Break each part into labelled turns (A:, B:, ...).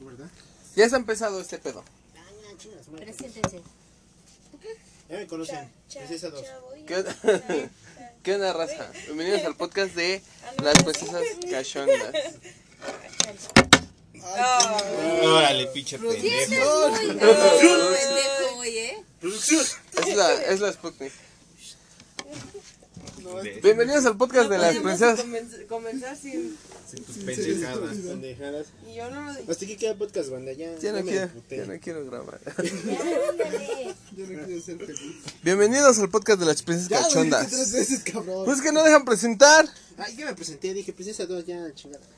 A: ¿verdad?
B: Ya está empezado este pedo.
A: Ah, ya, chingas, madre.
C: Preséntense.
A: Ya me conocen.
D: Cha-
A: Es esa dos.
D: chavo y-
B: ¿Qué onda, ¿Qué onda, raza? Bienvenidos al podcast de Las Princesas Cachondas.
E: Órale, pinche pendejo.
C: Muy pendejo hoy, ¿eh?
A: ¡Producción!
B: Es la, es la Sputnik.
E: De
B: Bienvenidos al podcast de Las Princesas.
F: Comenz- comenzar sin.
E: tus pendejadas.
A: Tus pendejadas.
F: Y yo no lo dije.
A: Hasta aquí queda podcast, banda. Ya,
B: Ya no
A: me
B: quiero,
A: emputé.
B: ya no quiero grabar.
C: Ya, ándale.
B: Bienvenidos al podcast de Las Princesas
A: Ya, lo dije tres
B: Cachondas.
A: veces, cabrón.
B: Pues que no dejan presentar.
A: Ay, ya me presenté, dije, pues esa dos, ya, chingada.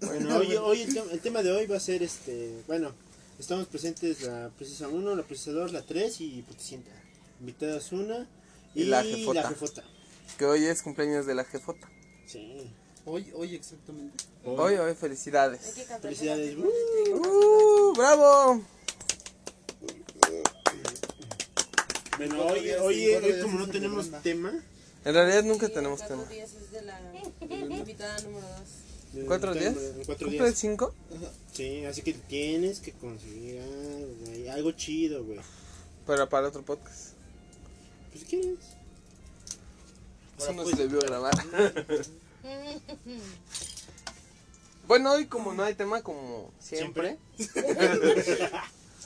A: Bueno, hoy, hoy el, tem- el tema de hoy va a ser este. Bueno, estamos presentes la precisa 1, la precisa 2, la 3 y puticienta. Invitadas una y,
B: Y la jefota.
A: la jefota.
B: Que hoy es cumpleaños de la jefota.
A: Sí.
G: Hoy, hoy exactamente.
B: Hoy, hoy, felicidades.
A: Felicidades.
B: ¡Uh! ¡Bravo!
A: Bueno, hoy,
G: días,
A: hoy,
G: cinco
A: hoy
G: días,
A: como no
G: cinco
A: tenemos
G: días.
A: tema,
B: En realidad nunca
F: Sí,
B: tenemos
F: cuatro
B: tema.
F: días es de la invitada número dos.
A: eh,
B: ¿Cuatro
A: no
B: días?
A: tenemos- en cuatro
B: ¿Cumple
A: días.
B: cinco?
A: Sí, así que tienes que conseguir algo, güey, algo chido, güey.
B: Pero para otro podcast.
A: Pues, ¿qué es?
B: Eso no se debió grabar. bueno, hoy como no hay tema como siempre,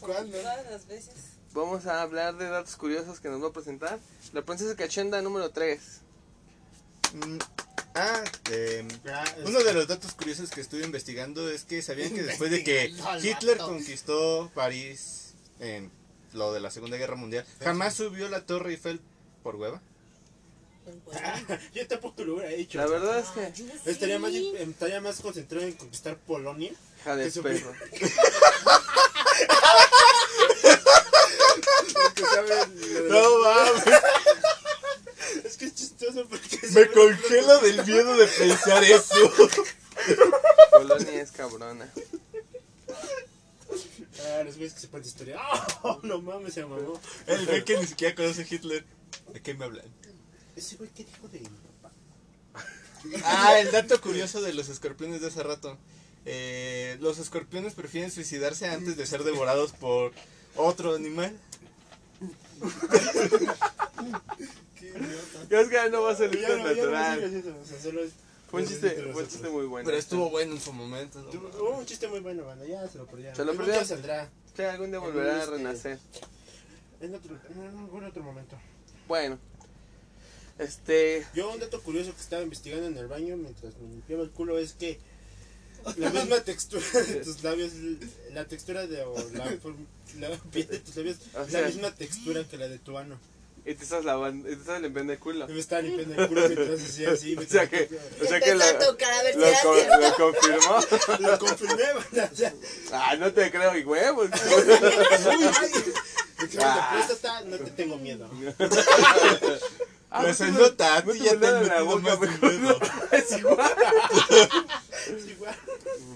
G: ¿Cuándo?
F: Todas las veces.
B: vamos a hablar de datos curiosos que nos va a presentar la princesa cachenda número 3.
E: Mm, Ah, eh, uno de los datos curiosos que estuve investigando es que sabían que después de que Hitler conquistó París en lo de la Segunda Guerra Mundial, jamás subió la Torre Eiffel por hueva.
A: Ah, Yo tampoco lo hubiera hecho.
B: La verdad es que,
A: Estaría más, estaría más concentrado en conquistar Polonia.
B: hija de
A: Eso-
B: perro.
A: que saben,
E: No mames,
A: Es que es chistoso porque
E: me congelo del miedo de pensar eso.
B: Polonia es cabrona.
A: Ah, los güeyes que sepan de historia. ¡Ah! no mames, se mamó.
E: El güey que ni siquiera conoce a Hitler. ¿De qué me hablan?
A: Ese güey, ¿qué dijo de mi papá?
E: Ah, el dato curioso de los escorpiones de hace rato. Eh, los escorpiones prefieren suicidarse antes de ser devorados por otro animal.
G: Qué idiota.
B: Ya es que no va a salir
A: Ya
B: tan
A: no, ya no va a
B: natural.
A: decir eso, o sea, solo es-
B: Fue un chiste,
A: Pero
B: fue un chiste muy bueno.
E: Pero estuvo bueno en su momento. ¿no?
A: Hubo un chiste muy bueno, banda. Ya se lo perdieron.
B: Se lo
A: Nunca
B: perdieron.
A: saldrá.
B: Sí, algún día volverá a renacer.
A: En, otro- en algún otro momento.
B: Bueno, este.
A: Yo, un dato curioso que estaba investigando en el baño mientras me limpiaba el culo es que la misma textura de tus labios, la textura de o la, form- la piel de tus labios,
B: O
A: la
B: sea-
A: misma textura que la de tu ano.
B: Y te estás lavando, y te estás limpiando el culo.
A: Yo me estaba limpiando el culo mientras hacía así.
B: O
A: mientras-
B: sea que, o sea que lo,
C: Empezó a tocar a ver si
B: lo
C: era cierto.
B: con- lo confirmó.
A: Lo confirmé, banda, o sea,
B: Ah, no te creo, y huevos.
A: de que la próstata, no te tengo miedo.
B: Ah,
E: Me
B: pues
E: se
B: tú-
E: nota, a
B: tú
E: ti
B: te
E: ya te
B: mandaron la
E: han metido
B: boca,
E: más de un
B: mejor
E: dedo.
B: Es igual.
A: Es igual.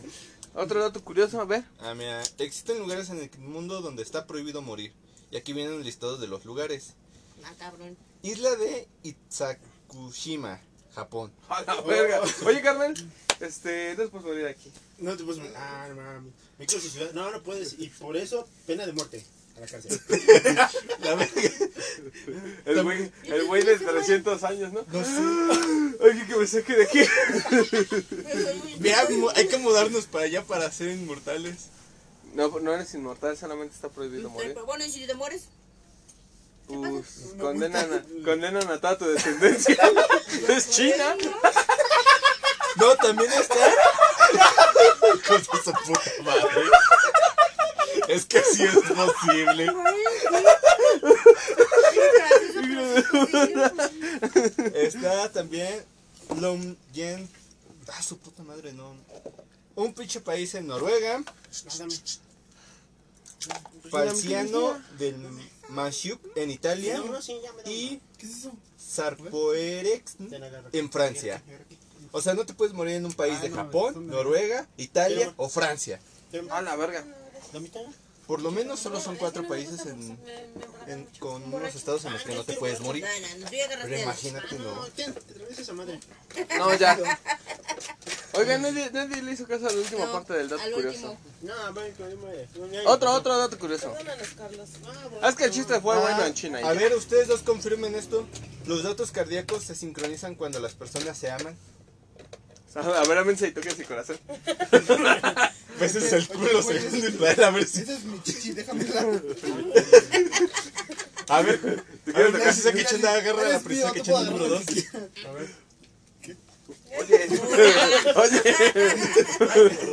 B: Otro dato curioso, a ver.
E: Ah, mira, existen lugares en el mundo donde está prohibido morir. Y aquí vienen listados de los lugares.
C: Ah, cabrón.
E: Isla de Itsakushima, Japón.
B: A la verga. Oye, Carmen, este, no es por morir aquí.
A: No te puedes. Ah, no mames. Me quiero suicidar. No, no puedes. Y por eso, pena de muerte. A la cárcel.
E: La verga.
B: El güey, el güey de 300 años, ¿no? No sé. Oye, que me saque de aquí.
E: Mira, mu- hay que mudarnos para allá para ser inmortales.
B: No, no eres inmortal, solamente está prohibido morir.
C: Bueno, ¿y si te mueres?
B: Pues, condenan a, condenan a toda tu descendencia. Es China.
E: No, también está. Hijos de su puta madre. Es que sí es posible. Está también Lom Yen. Ah, su puta madre, no. Un pinche país en Noruega. Parciano del Manchup en Italia.
A: No, no, sí, ya me da
E: Y
G: ¿Qué es eso?
E: Sarpoerex
A: una. Te la agarro.
E: en Francia. O sea, no te puedes morir en un país
G: Ah,
E: de
G: no, esto
E: Japón,
G: me-
E: Noruega, Italia o Francia.
A: Pero,
B: A la verga.
A: ¿La mitad?
E: por lo menos solo son cuatro países en, en- con unos estados en los que no te puedes morir.
C: Bueno, no, tú ya agarraste
E: Pero
C: el-
E: imagínate, no.
A: No, ten, atraviesa esa madre.
B: No, ya. Oiga, nadie, nadie le hizo caso a la última
C: No,
B: parte del dato
C: al
B: curioso.
C: último.
A: No, ven, que madre.
B: Otro, otro dato curioso.
F: Perdónanos, Carlos.
B: Es que el chiste fue bueno
E: Ah,
B: en China.
E: A ver, ustedes dos confirmen esto. Los datos cardíacos se sincronizan cuando las personas se aman.
B: A ver, ámense y toquen su corazón.
E: Pues es el
G: culo,
E: culo,
G: según
E: según Israel. A ver si.
G: Esa es mi chichi, déjamela.
E: A ver, a ver, Nancy Sakichenda agarra la
G: Eres mío,
E: prisa que
G: te puedo
E: echa número 2.
G: agarrar lo que quieras.
B: Oye, oye.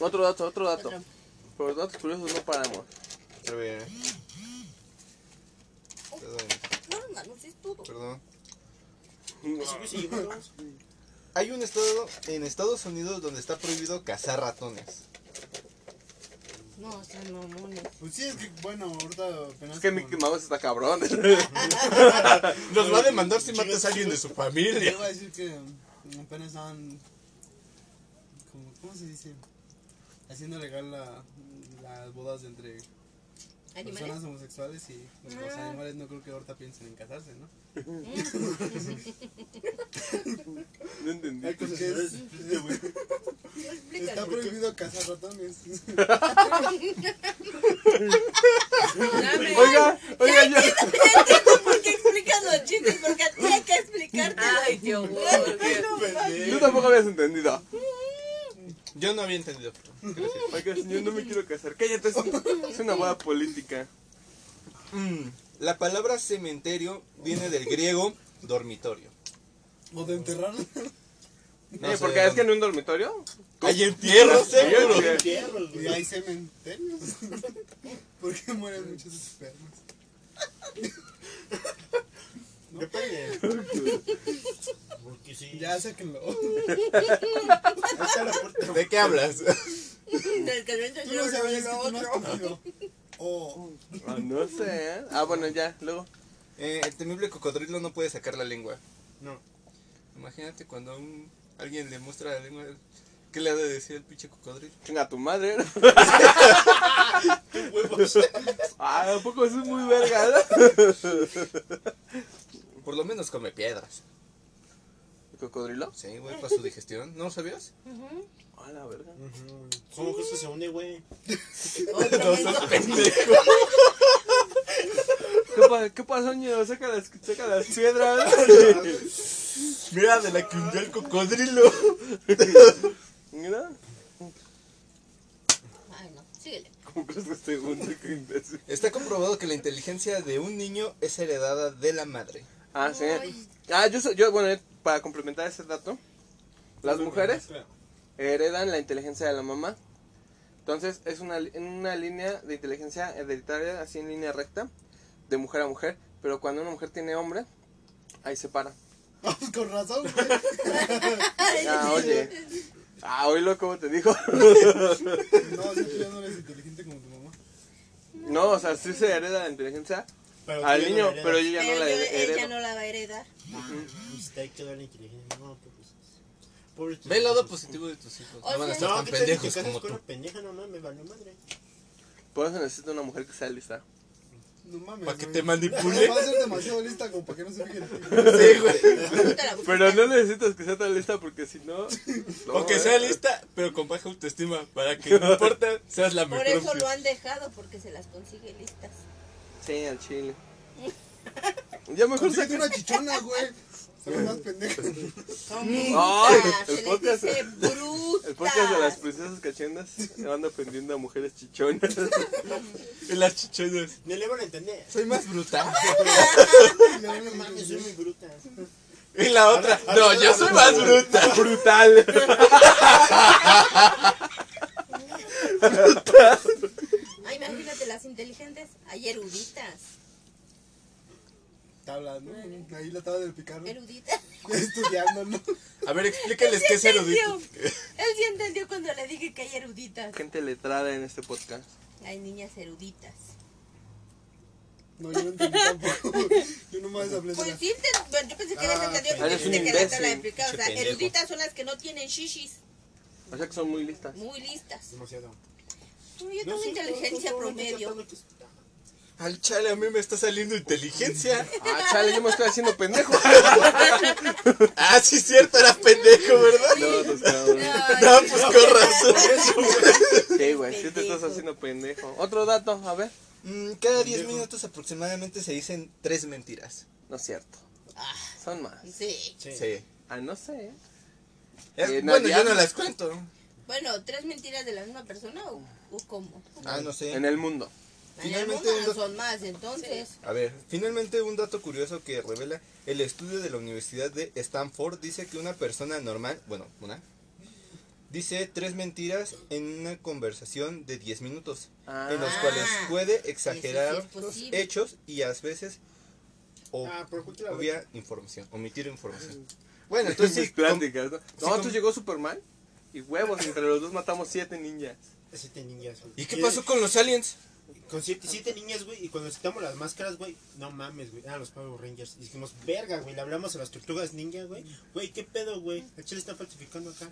B: Otro dato, otro dato.
C: Otro.
B: Por los datos curiosos no paramos.
E: A ver. Perdón,
C: No, no, no, sí es todo.
E: perdón. Hay un estado en Estados Unidos donde está prohibido cazar ratones.
C: No, son mamones.
G: Pues sí, es que bueno, ahorita apenas.
B: Es que
G: con-
B: Mickey Mouse está cabrón.
E: Nos va a demandar si matas a alguien de su
G: Yo
E: familia.
G: iba a decir que mm, apenas estaban. Como, ¿Cómo se dice? Haciendo legal la, las bodas entre
C: ¿Animales?
G: personas homosexuales y los
C: Ah.
G: animales no creo que ahorita piensen en casarse, ¿no?
B: No entendí.
A: Hay cosas que es-
G: Está
C: Explícalo.
G: prohibido cazar ratones.
F: Dame.
B: Oiga, oiga, yo.
C: ¿Por qué explicas los chistes? Porque a ti hay que explicarte.
F: Ay, qué horror.
B: Tú tampoco habías entendido.
E: Yo no había entendido. Gracias.
B: Oiga, señor, no me quiero casar. Cállate, es, es una boda política.
E: Mm, La palabra cementerio viene del griego dormitorio.
G: O de enterrarlo.
E: No
B: eh,
E: sé
B: porque
E: de
B: es que en un dormitorio.
E: Hay entierros, seguro.
B: Oye,
A: Fierro,
G: Y
A: güey.
G: hay cementerios. Porque mueren muchos enfermos.
A: Depende. Porque sí.
G: Ya sáquenlo.
A: Ahí está la puerta.
E: ¿De qué hablas?
C: Del que no
G: Tú
C: entendió
G: no
C: lo
G: sabías
C: de
G: que
C: lo
G: tú no
C: otro.
G: has comido. O
B: Ah, no sé. ¿eh? Ah, bueno, ya, luego.
E: Eh, el temible cocodrilo no puede sacar la lengua.
A: No.
E: Imagínate cuando un- alguien le muestra la lengua, ¿qué le ha de decir el pinche cocodrilo?
B: Chinga tu madre. Ah, ¿a poco eso es muy verga?
E: Por lo menos come piedras.
B: ¿El cocodrilo?
E: Sí, güey, para su digestión. ¿No lo sabías?
C: Ujú.
B: A la verga.
A: Ujú. ¿Cómo que eso se une, güey?
E: No, sos pendejo.
B: ¿Qué, pa- qué pasó, ñero? Saca las, saca las piedras.
E: Mira, de la que hundió el cocodrilo.
B: Mira.
C: Ay, no, síguele.
B: ¿Cómo crees que estoy junto? Qué imbécil.
E: Está comprobado que la inteligencia de un niño es heredada de la madre.
B: Ah, sí.
C: Ay.
B: Ah, yo, so- yo, bueno, para complementar ese dato, las mujeres heredan la inteligencia de la mamá. Entonces, es una, li- una línea de inteligencia hereditaria, así en línea recta, de mujer a mujer. Pero cuando una mujer tiene hombre, ahí se para.
G: Vamos con razón.
B: Ah, oye. Ah, oílo como te dijo.
G: No, o sea, tú ya no eres inteligente como tu mamá.
B: No, o sea, sí se hereda la inteligencia
A: Pero
B: al
A: tú ya no
B: niño,
A: heredas.
B: pero yo ya
C: Pero
B: no la
C: yo-
B: he-
C: ella
B: heredo.
C: no la va a heredar.
A: Pues, Hay que darle inteligencia. No, pues. Pobre
E: Ve el lado positivo de tus hijos.
C: O
E: No van a
C: sea-
E: estar
A: No,
E: tan
A: que te
E: pendejos
A: casas
E: como
A: con
E: tú.
A: una pendeja, no mames, vale madre.
B: Por eso necesito una mujer que sea lista.
G: No mames.
E: Para que
G: güey.
E: te manipule.
G: Va a ser demasiado lista como para que no se fije en ti.
E: Sí, güey.
C: Puta la puta.
B: Pero no necesitas que sea tan lista porque si no... no,
E: O que
B: eh.
E: sea lista, pero con baja autoestima. Para que no importa, seas la
C: Por
E: mejor
C: eso lo
E: opción.
C: han dejado, porque se las consigue listas.
B: Sí, al chile. Ya mejor
G: Consíguete
B: saca.
G: una chichona, güey. Se ven más pendejos.
B: Ay,
C: Ah,
B: el
C: se les
B: podcast-
C: dice
B: El podcast de las
C: brutas.
B: princesas cachondas van aprendiendo a mujeres chichonas.
E: En las chichonas.
A: Ni le van a entender.
E: Soy más brutal.
A: No mames, soy muy bruta.
E: Y la otra, no, yo soy más bruta.
B: Brutal.
C: Ay, imagínate las inteligentes. Hay eruditas.
G: Tablas, ¿no? Ahí la tabla del picarro.
C: Eruditas.
G: Estudiando, ¿no?
E: A ver, explícales qué es erudito.
C: Él sí entendió cuando le dije que hay eruditas.
B: Gente letrada en este podcast.
C: Hay niñas eruditas.
G: No, yo no entendí tampoco. Yo nomás hablé de
C: Pues
G: la...
C: sí, te- bueno, yo pensé que habías
G: Ah,
C: entendido
B: eres
C: que
B: un
C: dijiste que la tabla
B: imbécil,
C: de picar. O sea,
E: pinche pendejo.
C: eruditas son las que no tienen shishis.
B: O sea que son muy listas.
C: Muy listas.
A: Demasiado.
C: Bueno, yo
A: No,
C: tengo
A: sí,
C: inteligencia
A: no, no, no, no, no,
C: promedio.
A: no, no, no, no,
E: Al chale, a mí me está saliendo inteligencia.
B: Ah, chale, yo me estoy haciendo pendejo.
E: ah, sí, cierto, era pendejo, ¿verdad?
B: No, pues cabrón.
E: No,
C: Ay,
E: pues con razón.
B: Sí, güey, sí te estás haciendo pendejo. Otro dato, a ver.
E: Mm, Cada 10 minutos aproximadamente se dicen tres mentiras.
B: No es cierto.
C: Ah,
B: Son más.
C: sí.
A: Sí.
B: Ah, no sé.
E: Es-
B: Eh, no,
E: bueno,
B: ya-
E: yo no las cuento.
C: Bueno, ¿tres mentiras de la misma persona o, o cómo?
E: Ah, no sé.
B: En el mundo.
C: En el
E: Finalmente
C: mundo
E: uno-
C: son más, entonces.
E: A ver, finalmente un dato curioso que revela el estudio de la Universidad de Stanford dice que una persona normal, bueno, una, dice tres mentiras en una conversación de 10 minutos, en los
B: Ah.
E: cuales puede
C: sí
E: exagerar
C: es
E: los
C: posible.
E: hechos y a veces o-
A: Ah, pero justo la
E: obvia información, omitir información. Bueno, entonces
B: Mis
E: sí,
B: pláticas, ¿no? No,
E: com-
B: entonces llegó Superman y huevos, entre los dos matamos siete ninjas.
A: Siete niñas, güey.
E: ¿Y qué pasó con los aliens?
A: Con siete, siete niñas, güey, y cuando nos quitamos las máscaras, güey, no mames, güey, eran los Power Rangers. Y dijimos, verga, güey, le hablamos a las tortugas ninja, güey. Güey, ¿qué pedo, güey? El chile está falsificando acá.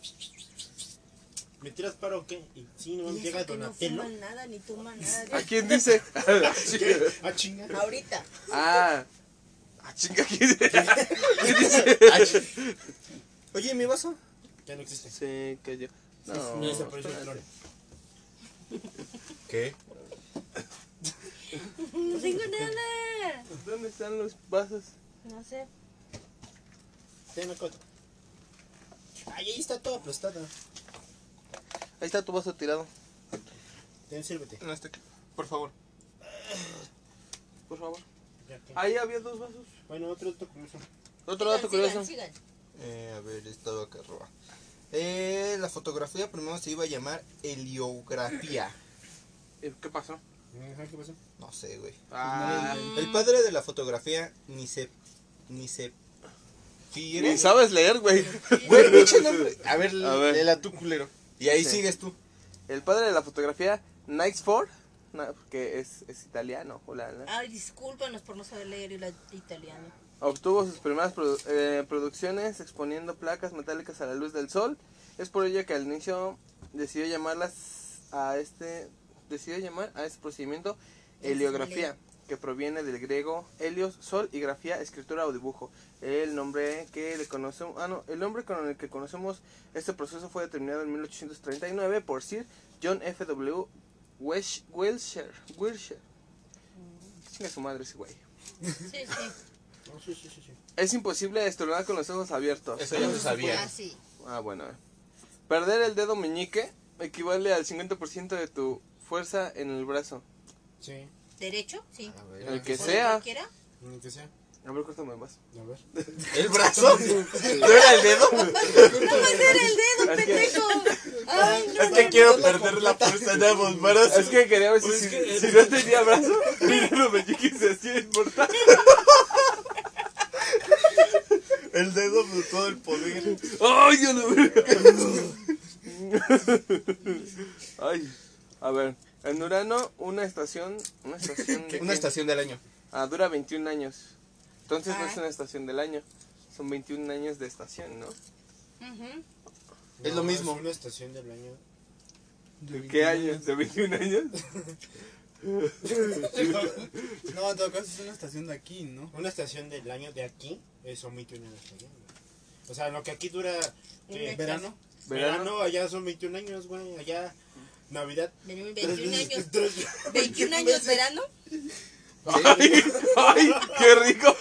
A: ¿Me tiras paro o qué? Y sí, no,
C: Y
A: llega
C: eso que no
A: Donatello.
C: fuman nada ni toman nada.
B: ¿A quién dice?
A: ¿Qué? Ah, chinga.
C: Ahorita.
B: ah. Ah, chinga, ¿qué Ah, dice? ¿Qué dice?
E: Oye, mi vaso.
A: Ya no existe.
B: Se cayó. No,
A: No desapareció el
B: espérate.
A: cloro.
E: ¿Qué?
C: No tengo nada.
B: ¿Dónde están los vasos?
C: No sé.
A: Ten acá otro. Ay, ahí está toda aplastada.
B: Ahí está tu vaso tirado.
A: Ten, sírvete.
E: No está aquí. Por favor.
B: Por favor.
A: Ya, ok.
B: Ahí había dos vasos.
A: Bueno, otro, otro curioso.
B: Otro dato
C: Sigan,
B: curioso.
C: sigan,
E: Eh, a ver, estaba acá arriba. Eh, la fotografía primero se iba a llamar heliografía.
B: Eh, ¿Qué pasó?
A: Ajá, ¿Qué pasó?
E: No sé, güey.
B: Ah.
E: El padre de la fotografía ni se. ni se.
B: Ni sabes leer, güey.
E: Güey, pinche nombre. A ver,
B: A ver.
E: léela Ah, tú, culero. Y ahí
B: Sí.
E: sigues tú.
B: El padre de la fotografía, Nice Ford, na- que es, es italiano, hola,
C: sigan. Ay, discúlpanos por no saber leer el italiano.
B: Obtuvo sus primeras produ- eh, producciones exponiendo placas metálicas a la luz del sol. Es por ello que al inicio decidió llamarlas a este decidió llamar a este procedimiento heliografía, que proviene del griego helios, sol y grafía, escritura o dibujo. El nombre que le conocemos, ah no, el nombre con el que conocemos este proceso fue determinado en 1839 por Sir John F. W. Welsh- Wilshire. Wilshire. Chinga su madre ese güey.
C: Sí, sí.
A: No, Oh, sí, sí, sí. sí.
B: Es imposible estornudar con los ojos abiertos.
E: Eso ya lo sabía.
C: Así.
B: Ah, bueno. eh. Perder el dedo meñique equivale al 50% de tu fuerza en el brazo.
A: Sí,
C: ¿Derecho? Sí.
E: A
B: El
E: ver.
B: que
C: ¿O
B: sea.
C: cualquiera?
A: ni que sea.
B: A ver, córtame más.
A: A ver.
E: ¿El brazo? ¿No era el dedo?
C: ¿Cómo hacer el dedo,
B: Es que-
C: pendejo? Ay, no.
E: Es que quiero perder la fuerza de ambos brazos.
B: Es que quería ver si,
G: Pues es que-
B: si no tenía brazo, mi dedo meñique se hacía importante.
E: El dedo de todo el poder.
B: ¡Ay, yo lo Ay, a ver. En Urano, una estación. Una estación. de
E: Una
B: qué?
E: estación del año.
B: Ah, dura 21 años. Entonces no
C: Ah.
B: es una estación del año. Son 21 años de estación, ¿no?
C: Ujú.
E: Es lo mismo.
A: Es una estación del año.
B: ¿De qué años? ¿De 21 años?
G: No, en todo caso es una estación de aquí, ¿no?
A: Una estación del año de aquí es son 21 años allá, güey. O sea, lo que aquí dura ¿qué? verano,
C: Una Verano.
A: verano,
B: Verano.
A: allá son 21 años, güey. Allá Navidad.
C: Ve-
A: tres
C: 21
A: veces-
C: años.
A: tres-
C: 21 años verano.
B: ¡Ay! ¡Ay! ¡Qué rico!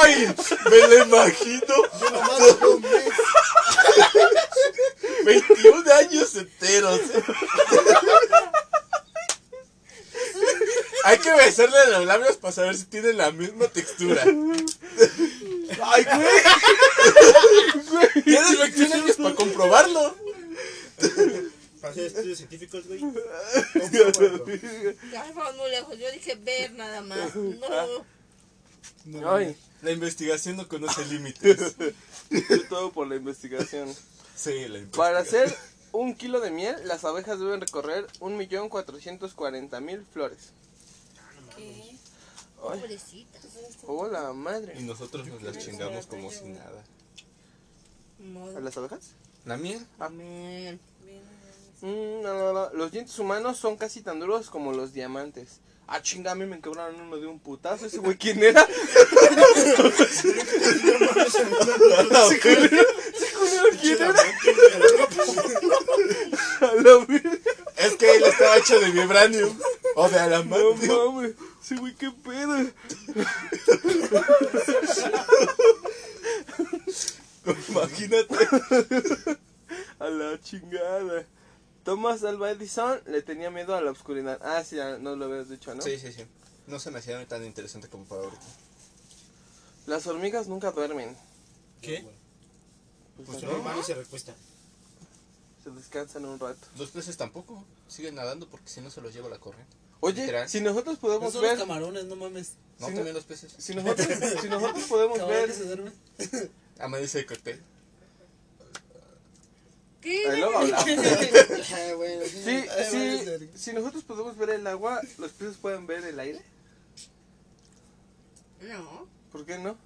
E: ¡Ay! Me lo imagino.
G: Nomás un mes.
E: 21 años enteros. ¿eh? Hay que besarle los labios para saber si tienen la misma textura.
B: ¡Ay, güey!
E: Tienes 21 años para comprobarlo.
A: Para hacer estudios científicos, güey.
C: Ya fueron muy lejos. Yo dije ver nada más.
B: Ah.
C: No.
G: No,
B: ¡Ay!
E: La investigación no conoce límites.
B: Fue todo por la investigación.
E: Sí, la investigación.
B: Para hacer un kilo de miel, las abejas deben recorrer 1.440.000 flores.
F: ¿Qué?
B: ¡Ay!
C: Pobrecita.
B: ¡Hola,
E: Y
B: madre!
E: nosotros nos las chingamos como si nada.
C: No.
B: ¿A las abejas?
E: ¿La miel?
C: Amén.
B: Mm, no, no, no. Los dientes humanos son casi tan duros como los diamantes. Ah, chinga, a mí me quebraron uno de un putazo. ¿Ese güey quién era? ¿Ese culero ese culero quién era? A la verga.
E: Es que él estaba hecho de vibranium. O de
B: No
E: alamante.
B: mames, ese güey qué pedo.
E: Imagínate.
B: A la chingada. Thomas Alva Edison le tenía miedo a la oscuridad. Ah, sí, ya nos lo habías dicho, ¿no?
E: Sí, sí, sí. No se me hacía tan interesante como para ahorita.
B: Las hormigas nunca duermen.
G: ¿Qué?
A: Pues su hermano y se recuesta.
B: Se descansan un rato.
E: Los peces tampoco. Siguen nadando porque si no se los lleva la corriente.
B: Oye,
E: Literal.
B: si nosotros
G: No
B: podemos
G: son los
B: ver.
G: camarones, no mames.
E: No,
B: Sí,
E: también los peces.
B: Si nosotros, si nosotros podemos
G: ¿Camarón
B: ver.
G: que se duerme?
E: Amanece de cóctel.
B: Ahí luego hablamos.
G: Ah, bueno.
B: Sí,
G: Ay, vale,
B: sí,
G: verga.
B: si nosotros podemos ver el agua, ¿los peces pueden ver el aire?
C: No.
B: ¿Por qué no?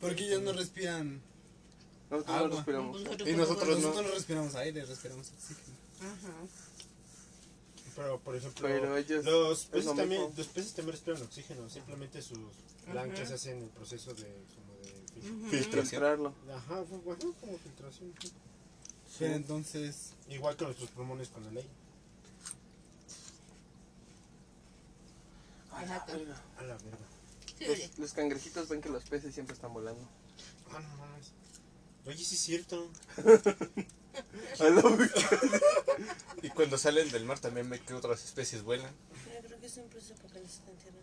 G: Porque ellos no respiran.
B: Nosotros no
G: Agua.
B: respiramos.
E: Y nosotros no.
G: Nosotros no respiramos aire, respiramos oxígeno.
C: Ajá.
A: Pero, por ejemplo,
B: Pero ellos-
A: los,
B: es lo
A: peces también,
B: mismo.
A: los peces también respiran oxígeno. Simplemente sus blancas hacen el proceso de. Como de
B: Mm.
E: Filtración.
B: Filtrarlo.
A: Ajá, fue- fue como filtración.
G: Pero entonces.
A: Igual que nuestros pulmones con el aire.
B: A la verga.
A: A la verga.
C: Sí, oye.
B: Los, los cangrejitos ven que los peces siempre están volando.
A: Ah, no mames. Oye, sí es cierto.
B: A la verga.
E: Y cuando salen del mar también ve que otras especies vuelan.
F: Pero creo que es un proceso porque les están enterrando.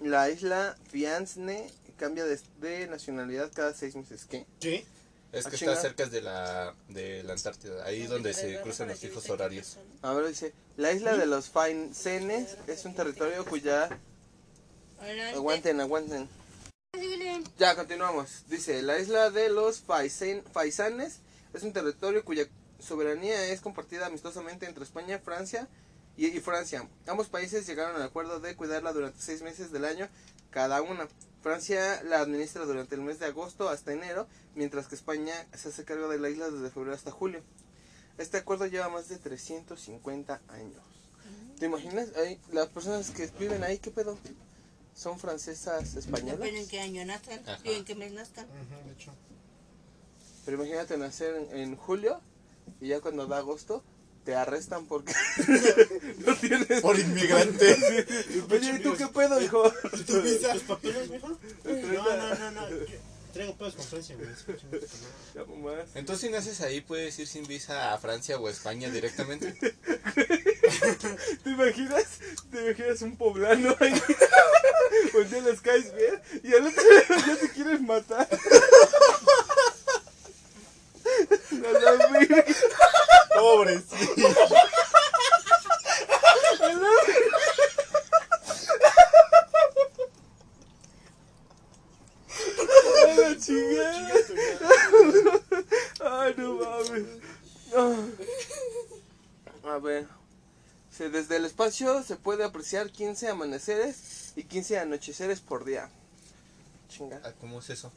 B: La isla Fiancne cambia de, de nacionalidad cada seis meses. ¿Qué?
A: ¿Qué?
E: Es que
B: Ah, chinga.
E: está cerca de la, de la Antártida, ahí donde se cruzan los fijos horarios.
B: A ver, dice, la isla de los Faicenes es un territorio cuya...
C: Adelante.
B: Aguanten, aguanten. Ya, continuamos. Dice, la isla de los Faisen- Faisanes es un territorio cuya soberanía es compartida amistosamente entre España, Francia y, y Francia. Ambos países llegaron al acuerdo de cuidarla durante seis meses del año cada una. Francia la administra durante el mes de agosto hasta enero, mientras que España se hace cargo de la isla desde febrero hasta julio. Este acuerdo lleva más de 350 años. ¿Te imaginas? Ahí, las personas que viven ahí, ¿qué pedo? ¿Son francesas españolas?
C: Depende en qué año nazcan.
E: Ajá.
C: Digo, en qué mes nazcan.
A: Ajá, de hecho.
B: Pero imagínate nacer en, en julio y ya cuando da agosto te arrestan porque no tienes.
E: Por inmigrante.
B: Oye, ¿y tú qué pedo, hijo?
A: ¿Tus papeles, mijo? No, no, no, no. yo Traigo pedos con Francia, güey. es que chingue tu madre.
B: Ya, mamás.
E: Entonces, si naces ahí, puedes ir sin visa a Francia o a España directamente.
B: ¿Te imaginas? ¿Te imaginas un poblano ahí? Un día les caes bien y al otro día ya te quieren matar. No, no, mira.
E: Pobre, sí.
B: A la chingada. Ay, no mames. Ah. A ver. Dice, Desde el espacio se puede apreciar 15 amaneceres y 15 anocheceres por día. Chinga.
E: Ah, ¿Cómo es eso?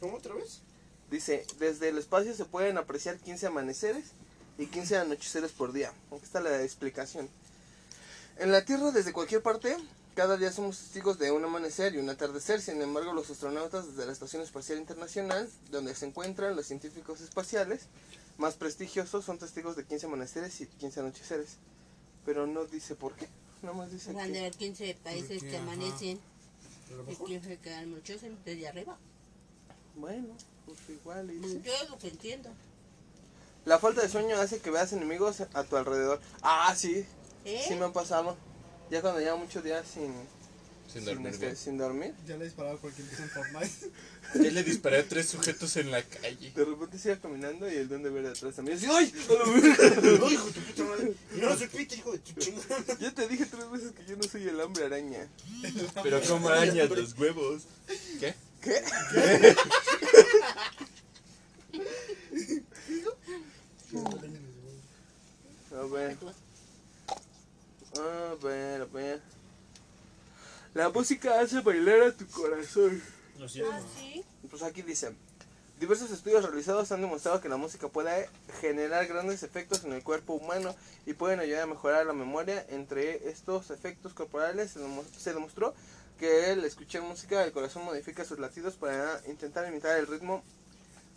A: ¿Cómo otra vez?
B: Dice, desde el espacio se pueden apreciar 15 amaneceres y 15 anocheceres por día. Aquí está la explicación. En la Tierra, desde cualquier parte, cada día somos testigos de un amanecer y un atardecer. Sin embargo, los astronautas desde la Estación Espacial Internacional, donde se encuentran los científicos espaciales más prestigiosos, son testigos de 15 amaneceres y 15 anocheceres. Pero no dice por qué. Nomás dice
C: Van de
B: que...
C: haber 15 países
G: Porque,
C: que
G: ajá.
C: amanecen
A: A lo
C: y
A: mejor.
C: 15 que dan muchos desde arriba.
B: Bueno, pues igual y sí.
C: Yo lo que entiendo.
B: La falta de sueño hace que veas enemigos a tu alrededor. Ah, sí.
C: ¿Eh?
B: Sí me han pasado. Ya cuando llevo muchos días sin,
E: Sin dormir
B: sin, este,
E: bien.
B: sin dormir,
G: Ya le he disparado a cualquier cosa en Fortnite.
E: Ya le disparé a tres sujetos en la calle.
B: de repente sigo caminando y el duende verde atrás también. Así, ¡Ay! a la verga!
A: ¡Ay, hijo de tu puta madre! ¡No, supiste, hijo de tu chingada!
B: ya te dije tres veces que yo no soy el hombre araña.
E: Pero como arañas los huevos. ¿Qué?
B: ¿Qué? A ver. A ver, a ver. La música hace bailar a tu corazón.
A: No es cierto.
C: Ah, sí.
B: Pues aquí dice, Diversos estudios realizados han demostrado que la música puede generar grandes efectos en el cuerpo humano y pueden ayudar a mejorar la memoria. Entre estos efectos corporales se, demo- se demostró que el escuchar música, el corazón modifica sus latidos para intentar imitar el ritmo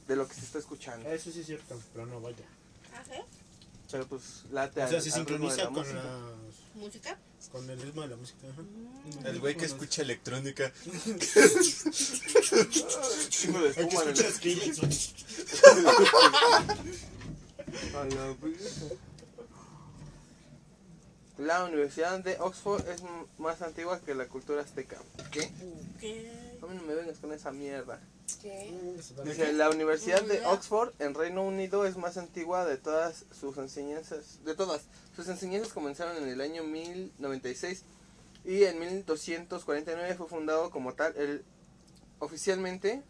B: de lo que se está escuchando.
A: Eso sí es cierto, pero no vaya.
C: Ajá.
B: Pero pues late
A: O sea,
B: al-
A: se
B: al ritmo de
A: sincroniza
B: la
A: con,
B: música.
A: las-
C: Música.
A: con el ritmo de la música. ajá.
E: El güey que escucha electrónica.
B: Chingo de espuma en el-
A: Skrillex, güey.
B: A la verga. pues. La Universidad de Oxford es m- más antigua que la cultura azteca. ¿Qué?
F: ¿Qué?
B: A mí no me vengas con esa mierda.
F: ¿Qué?
B: Dice, la Universidad de Oxford en Reino Unido es más antigua de todas sus enseñanzas. De todas. Sus enseñanzas comenzaron en el año 1096 y en 1249 fue fundado como tal. El, oficialmente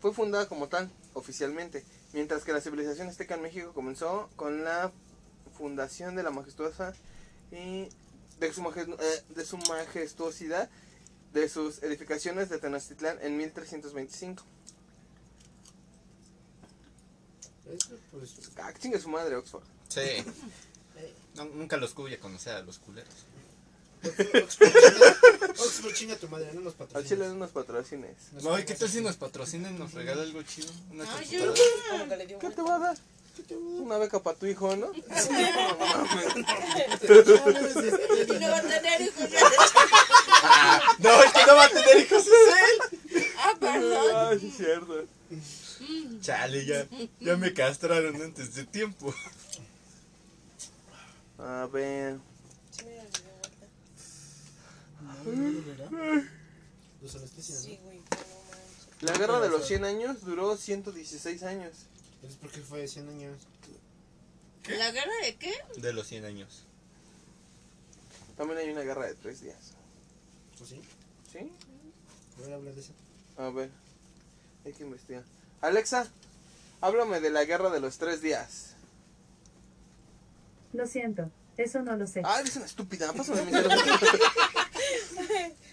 B: fue fundada como tal, oficialmente. Mientras que la civilización azteca en México comenzó con la fundación de la majestuosa y de su, majes- eh, de su majestuosidad de sus edificaciones de Tenochtitlán en 1325.
A: Eso, pues,
B: Ah, que chingue su madre, Oxford.
E: Sí. No, nunca los voy a conocer a los culeros.
A: Oxford, chinga- Oxford, chinga tu madre, no nos
B: Al chile
A: patrocines.
B: de unos patrocines.
E: No, ¿y qué tal si nos patrocinan y nos regala algo chido? Una
C: Ay, Ah, yo
E: computadora.
F: Como que le dio
B: ¿Qué te
F: vuelta.
B: va a dar? Una beca para tu hijo, ¿no?
C: Y no va a tener hijos. ya.
E: No, el que no va a tener hijos es
C: Ah, perdón.
B: Ah, sí, es cierto.
E: él. Chale, ya, ya me castraron antes de tiempo.
B: A ver.
F: Sí, mira, le dio vuelta.
A: Los anestesias, ¿no?
F: Sí, güey, pero no manches.
B: La guerra de los 100 años duró 116 años.
A: Entonces, ¿por qué fue de 100 años?
C: ¿La guerra de qué?
E: De los 100 años.
B: También hay una guerra de 3 días.
A: ¿O sí?
B: ¿Sí?
A: Voy a hablar de eso.
B: A ver. Hay que investigar. Alexa, háblame de la guerra de los 3 días.
D: Lo siento, eso no lo sé.
B: Ah, eres una estúpida. Pásame mi teléfono.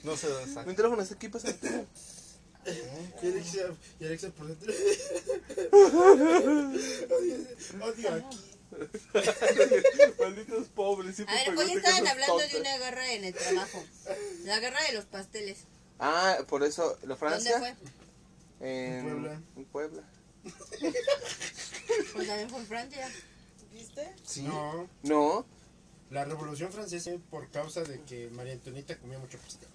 E: No se dónde está.
B: Mi teléfono está aquí, pásame.
A: Y Alexa, y Alexa por dentro. odio, odio aquí.
B: Malditos pobres.
C: A ver, hoy estaban hablando de una guerra en el trabajo. La guerra de los pasteles.
B: Ah, por eso, la
C: ¿Dónde
B: Francia.
C: fue?
B: En
A: Puebla.
B: en Puebla.
C: Pues también fue en Francia.
F: ¿Viste?
A: No,
B: No,
A: la Revolución Francesa por causa de que María Antonieta comía mucho pastel.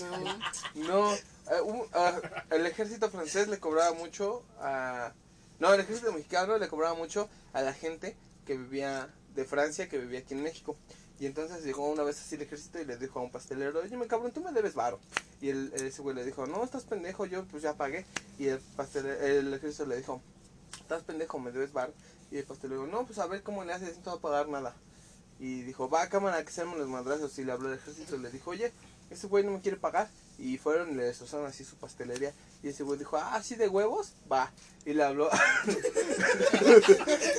C: No.
B: no. eh, un- ah, el ejército francés le cobraba mucho a. No, el ejército mexicano le cobraba mucho a la gente que vivía de Francia, que vivía aquí en México. Y entonces llegó una vez así el ejército y le dijo a un pastelero: Oye, me cabrón, tú me debes varo. Y el, ese güey le dijo: No, estás pendejo, yo pues ya pagué. Y el, pastelero, el ejército le dijo: Estás pendejo, me debes varo. Y el pastelero dijo: No, pues a ver cómo le haces, no te voy a pagar nada. Y dijo, va cámara, que seamos los madrazos. Y le habló el ejército y le dijo, oye, ese güey no me quiere pagar. Y fueron y le destrozaron así su pastelería. Y ese güey dijo, ah, sí, de huevos, va. Y le habló,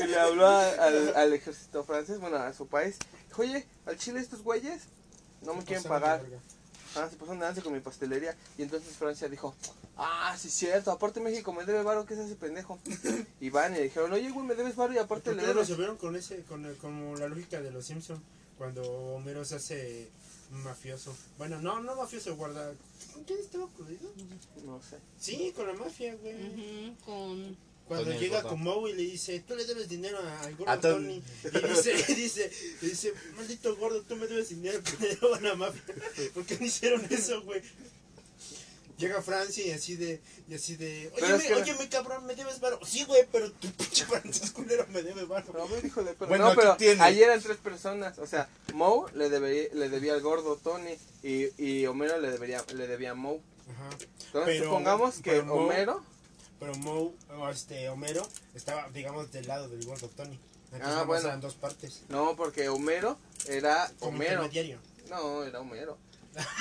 B: y le habló a- al, al ejército francés, bueno, a su país. Dijo, oye, al chile estos güeyes no me
A: pues,
B: quieren pagar. Ah, se pasaron de lanza con mi pastelería. Y entonces Francia dijo, ah, sí, cierto. Aparte México me debe varo, ¿qué es ese pendejo? Y van y le dijeron, oye, güey, me debes varo y aparte
A: Porque
B: le
A: lo
B: debes...
A: resolvieron con ese, con el- como la lógica de los Simpson cuando Homero se hace mafioso. Bueno, no, no mafioso, guarda. ¿Con quién estaba ocurrido?
B: No sé.
A: Sí, con la mafia, güey.
C: Ujú, Con.
A: Cuando
E: Tony el
A: llega
E: gordo.
A: con Moe y le dice, tú le debes dinero a- al gordo
E: A Tom.
A: Tony. Y dice, dice, le dice, maldito gordo, tú me debes dinero, pero le debo a la mafia. ¿Por qué no hicieron eso, güey? Llega Francia y así de, y así de, oye,
B: Pero es
A: me,
B: que-
A: oye, mi cabrón, me debes varo. Sí, güey, pero tu pinche francés culero me debe varo.
B: No, güey, hijo de perra.
E: Bueno,
B: No,
E: aquí
B: pero
E: tiene.
B: ayer eran tres personas. O sea, Moe le, debí- le debía al gordo Tony y, y Homero le, debería, le debía a Moe.
A: Ajá.
B: Entonces,
A: Pero-
B: supongamos que
A: pero Moe-
B: Homero.
A: Pero Moe, o este, Homero, estaba, digamos, del lado del gordo Tony. Entonces,
B: Ah,
A: nada más
B: bueno.
A: eran dos partes.
B: No, porque Homero era
A: Como
B: Homero.
A: intermediario.
B: No, era Homero.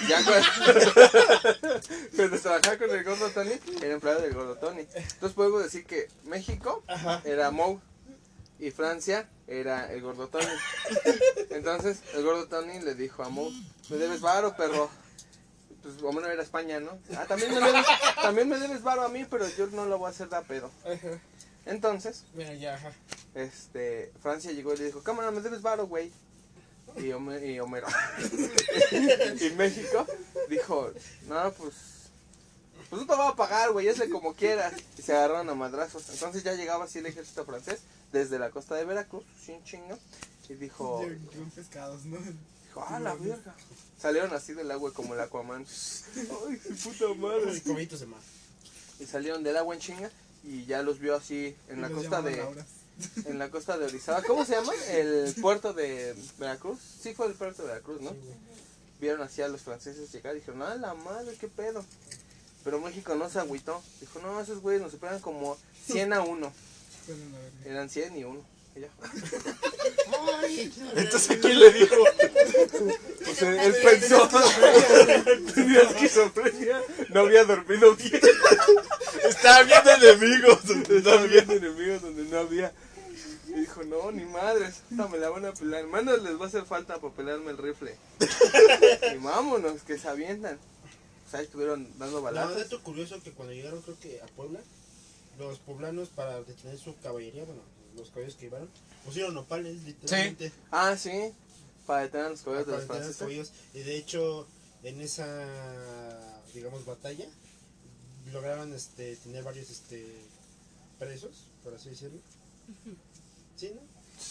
B: Ya cuando, cuando trabajaba con el gordo Tony, era empleado del gordo Tony. Entonces podemos decir que México
A: Ajá.
B: era Moe y Francia era el gordo Tony. Entonces el gordo Tony le dijo a Moe, me debes varo, perro. pues o menos era España, ¿no? Ah, también me debes, también me debes varo a mí, pero yo no lo voy a hacer da pedo.
G: Ajá.
B: Entonces,
G: Bueno, ya, ajá.
B: este, Francia llegó y le dijo, cámara, me debes varo, güey. Y, Home- y Homero. y México dijo, no, pues, pues no te voy a pagar, güey, hazle como quieras. Y se agarraron a madrazos. Entonces ya llegaba así el ejército francés desde la costa de Veracruz, sin chingo. Y dijo,
G: Yo- yo en pescados, ¿no?
B: dijo, ah, la verga. Salieron así del agua como el Aquaman. Ay, su puta madre.
A: Cobitos de mar.
B: y salieron del agua en chinga y ya los vio así en la
G: Los
B: costa
G: llaman
B: de
G: Laura.
B: en la costa de Orizaba. ¿Cómo se llama? El puerto de Veracruz. Sí fue el puerto de Veracruz, ¿no? Vieron así a los franceses llegar y dijeron, "Ah, la madre, qué pedo." Pero México no se agüitó. Dijo, "No, esos güeyes nos superan como 100 a 1."
G: Bueno, la verga.
B: Eran 100 y 1. Y ya.
E: Entonces, ¿quién le dijo?
B: Pues él, él pensó, tenía esquizofrenia, no había dormido bien.
E: Estaba viendo enemigos.
B: Estaba viendo enemigos donde no había. Y dijo, no, ni madres, esta me la van a pelar. Manos les va a hacer falta para pelarme el rifle. y vámonos, que se avientan. O sea, estuvieron dando
A: La
B: balazos.
A: dato curioso que cuando llegaron, creo que a Puebla, los poblanos para detener su caballería, bueno, los caballos que llevaron, pusieron nopales, literalmente.
B: Ah, sí, para detener a los
A: para
B: caballos de los
A: detener a los
B: franceses.
A: caballos. Y de hecho, en esa, digamos, batalla, lograron este, tener varios este, presos, por así decirlo. ¿Sí, no?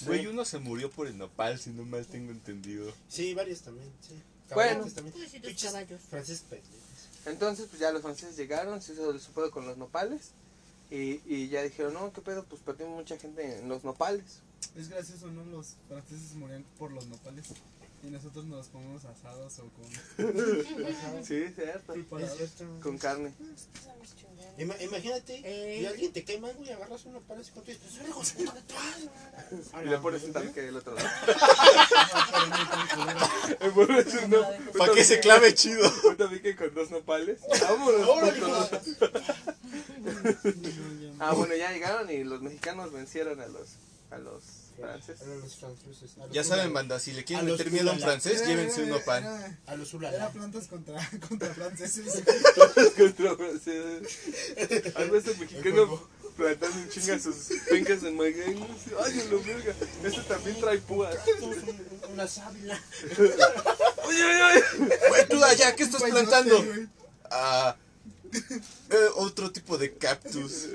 E: Güey, uno se murió por el nopal, si no mal tengo entendido.
A: Sí, varios también, sí.
B: Bueno.
A: Caballeros también.
C: Pobrecitos
A: Pinches
C: caballos.
A: franceses pendejos.
B: Entonces, pues ya los franceses llegaron, se hizo el supo con los nopales. Y, y ya dijeron, no, qué pedo, pues perdimos mucha gente en los nopales.
G: Es gracioso, ¿no? Los franceses morían por los nopales. Y nosotros nos los comemos asados o con
B: Sí, cierto.
A: Es
G: preparados.
A: cierto.
B: Con carne.
F: Sabes chingar.
A: Ima- imagínate,
C: Eh.
A: y alguien te cae mal, güey, agarras uno para y con tu pues,
B: Y le pones un tanque del otro lado.
E: Para que se clave chido.
B: Un tabique con dos nopales. Vámonos.
A: Órale, hijo.
B: puto. Ah, bueno, ya llegaron y los mexicanos vencieron a los, a los
A: A
B: franceses.
A: los franceses. a los
E: Ya saben,
A: hulalas,
E: banda, si le
A: A
E: quieren
A: los
E: meter miedo a un
A: Ulala.
G: Eh,
E: francés, llévense un nopal.
G: Era,
A: A los
G: era
A: ulala.
G: plantas contra, contra franceses.
B: Contra franceses. ¿Has visto un este mexicano plantando un chinga sus pencas en Maguey? Ay, a la verga. Este también trae púas.
A: Un- Una sábila.
B: Oye, oye,
E: Güey, tú allá, ¿qué estás
G: Pues,
E: plantando?
G: no sé, güey.
E: Ah, eh, otro tipo de cactus.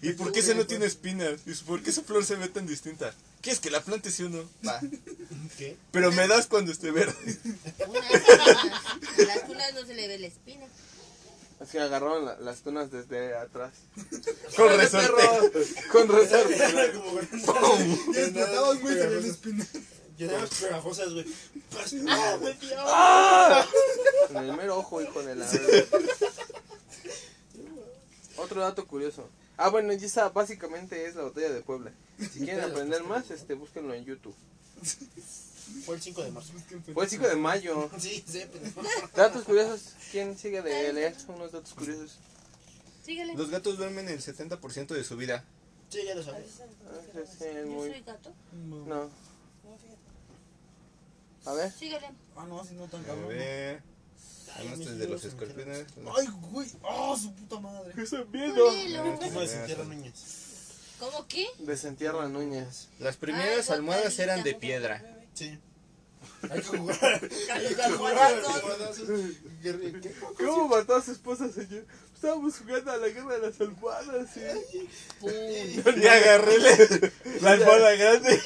E: ¿Y por qué ese no tiene espinas? ¿Y por qué esa flor se ve tan distinta? ¿Quieres que la plante sí o no? Va.
A: ¿Qué?
E: Pero me das cuando esté verde.
C: Unas tunas. A las tunas no se le ve la espina.
B: Así agarraron la- las tunas desde atrás.
E: Con resorte.
B: Con resorte.
A: ¡Pum!
G: Ya explotabas, güey, se ve la espina.
A: Ya nada más pegajosas, güey. Pas- ¡Ah, güey, tío!
B: En el mero ojo, hijo de la verga. Otro dato curioso. Ah, bueno, y esa básicamente es la batalla de Puebla. Si quieren aprender más, este, búsquenlo en YouTube.
A: Fue el 5 de marzo.
G: pues,
B: Fue el 5 de mayo.
A: Sí, sí, pendejo.
B: Datos curiosos. ¿Quién sigue de leer unos datos curiosos?
C: Síguele.
E: Los gatos duermen el 70% de su vida.
A: Sí, ya lo sabes.
B: Ah, ese sí es
C: Yo soy
B: muy...
C: gato.
B: No.
F: No, fíjate.
B: A
E: Eh.
B: ver.
C: Síguele.
G: Ah, no, si no tan
E: A
G: cabrón. ¿no?
E: ver. Además, este es de los escorpiones.
G: Ay, güey. Ah, su puta madre.
B: están
C: Ponelo.
A: ¿Cómo desentierran niñas?
C: ¿Cómo qué?
B: Desentierra Núñez.
E: Las primeras
C: Ay,
E: almohadas
C: botanita,
E: eran de
C: botanita.
E: piedra.
A: Sí. Hay que jugar. Hay que
F: jugar.
B: ¿Cómo mató a su esposa, señor? Estábamos jugando a la guerra de las almohadas. ¿sí?
E: Y agarré la- la almohada grande.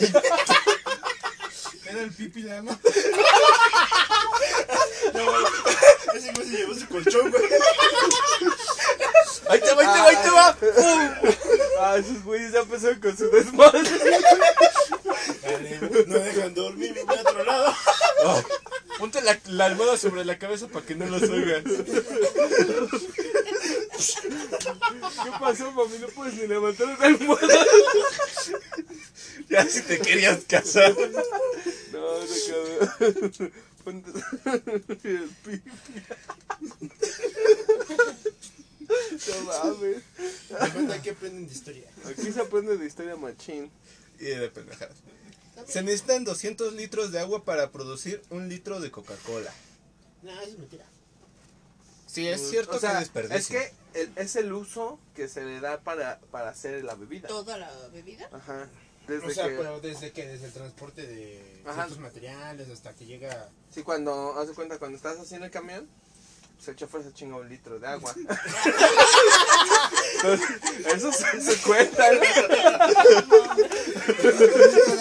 G: Era el pipilano.
A: Ese güey se llevó su colchón, güey.
E: Ahí te va, ahí te va, ahí te va.
B: Ah, esos güeyes ya empezaron con su desmadre.
A: Dale, no dejan dormir, me voy a otro lado.
E: Oh, Ponte la, la almohada sobre la cabeza para que no los oigan.
B: ¿Qué pasó, mami? No puedes ni levantar una almohada.
E: Ya si te querías casar.
B: No, no cabrón. Ponte el pipi. No mames.
A: Me cuenta que aprenden de historia.
B: Aquí se aprende de historia machín.
E: Y de pendejadas. Se necesitan 200 litros de agua para producir un litro de Coca-Cola.
A: No, eso es mentira.
E: Sí, es cierto
B: o sea,
E: que es desperdicio.
B: es que el- es el uso que se le da para, para hacer la bebida.
C: toda la bebida.
B: Ajá. Desde
A: o sea,
B: que,
A: pero desde que, desde el transporte de
B: Ajá.
A: ciertos materiales hasta que llega.
B: Sí, cuando, haz de cuenta, cuando estás haciendo el camión, pues el chofer se chinga un litro de agua. Entonces, eso se, se cuenta, ¿no?
G: de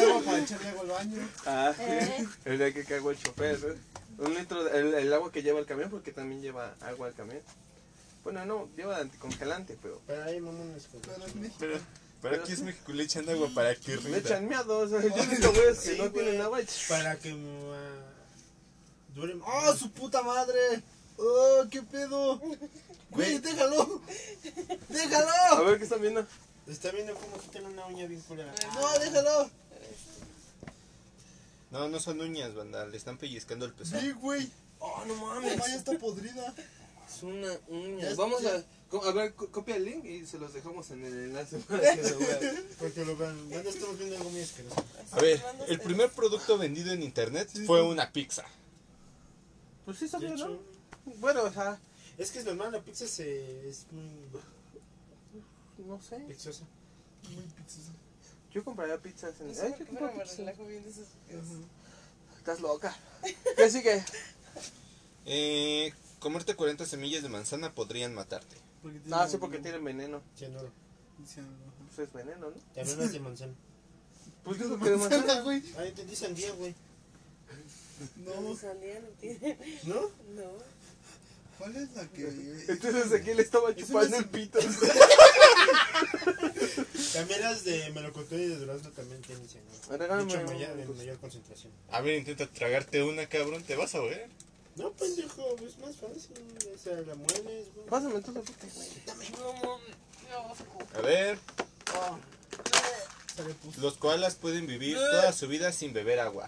G: agua para echarle agua al baño.
B: Ah,
C: Eh.
B: el día que cago el chofer, ¿no? Un litro, de- el, el agua que lleva el camión, porque también lleva agua al camión. Bueno, no, lleva anticongelante, pero...
A: Pero hay mamones que-
G: Pero en México.
E: Pero, pero aquí es México le echan agua para que
B: Me
E: rinda.
B: echan miedo, o sea, yo he visto güeyes que
A: Sí,
B: no
A: güey.
B: tienen agua y...
A: Para que. ah, dure.
G: ¡Oh, su puta madre! ¡Oh, qué pedo! Güey,
B: A
G: déjalo. ¡Déjalo!
B: ver, ¿qué están viendo?
A: Está viendo cómo quitan una uña bien culera. Ah,
G: No, déjalo.
E: No, no son uñas, banda. Le están pellizcando el pezón.
G: Sí, güey. Ah,
B: Oh, no
G: La malla está podrida.
B: Es una uña.
G: Ya
B: Vamos
G: está.
B: a... co- A ver, co- copia el link y se los dejamos en el enlace Pues para que lo vean.
A: Porque lo vean. ¿Dónde estamos viendo algo muy asqueroso?
E: A ver, el primer producto vendido en internet fue una pizza.
B: Pues sí,
A: De
B: sabía, ¿no?
A: hecho,
B: Bueno, o sea,
A: es que es normal, la pizza se, es muy
B: no sé.
A: pixosa.
G: Muy pizzosa.
B: Yo compraría pizzas en...
F: No
B: Ay,
F: sé
B: yo
F: por qué, pero
B: compro
F: me
B: pizza.
F: relajo bien de esas cosas.
B: Estás loca. ¿Qué sigue?
E: Eh, comerte 40 semillas de manzana podrían matarte.
G: Porque tiene-
B: No, Ah, sí, porque tienen veneno.
A: Cianuro.
G: Sí, no.
B: Pues es veneno, ¿no?
A: Te hablan de manzana.
B: Pues yo creo que de manzana.
G: güey.
A: Ah, yo entendí sandía, güey.
G: No,
F: Sandía no tiene.
A: ¿No?
F: No.
G: ¿cuál es la que.?
B: Entonces aquí le estaba
G: Es
B: chupando
G: una
B: el pito.
A: También las de melocotón y de durazno también tienen cianuro.
B: Regálame
A: Mucho
B: un-
A: mayor, en
B: pues-
A: mayor concentración.
E: A ver, intenta tragarte una, cabrón. Te vas a ver.
A: No, pendejo, es más fácil. O sea, la mueles, güey.
B: Pásame tú la pita, güey.
F: No, mames. No, Facu.
E: A ver,
G: Ah, se le puso.
E: los koalas pueden vivir toda su vida sin beber agua.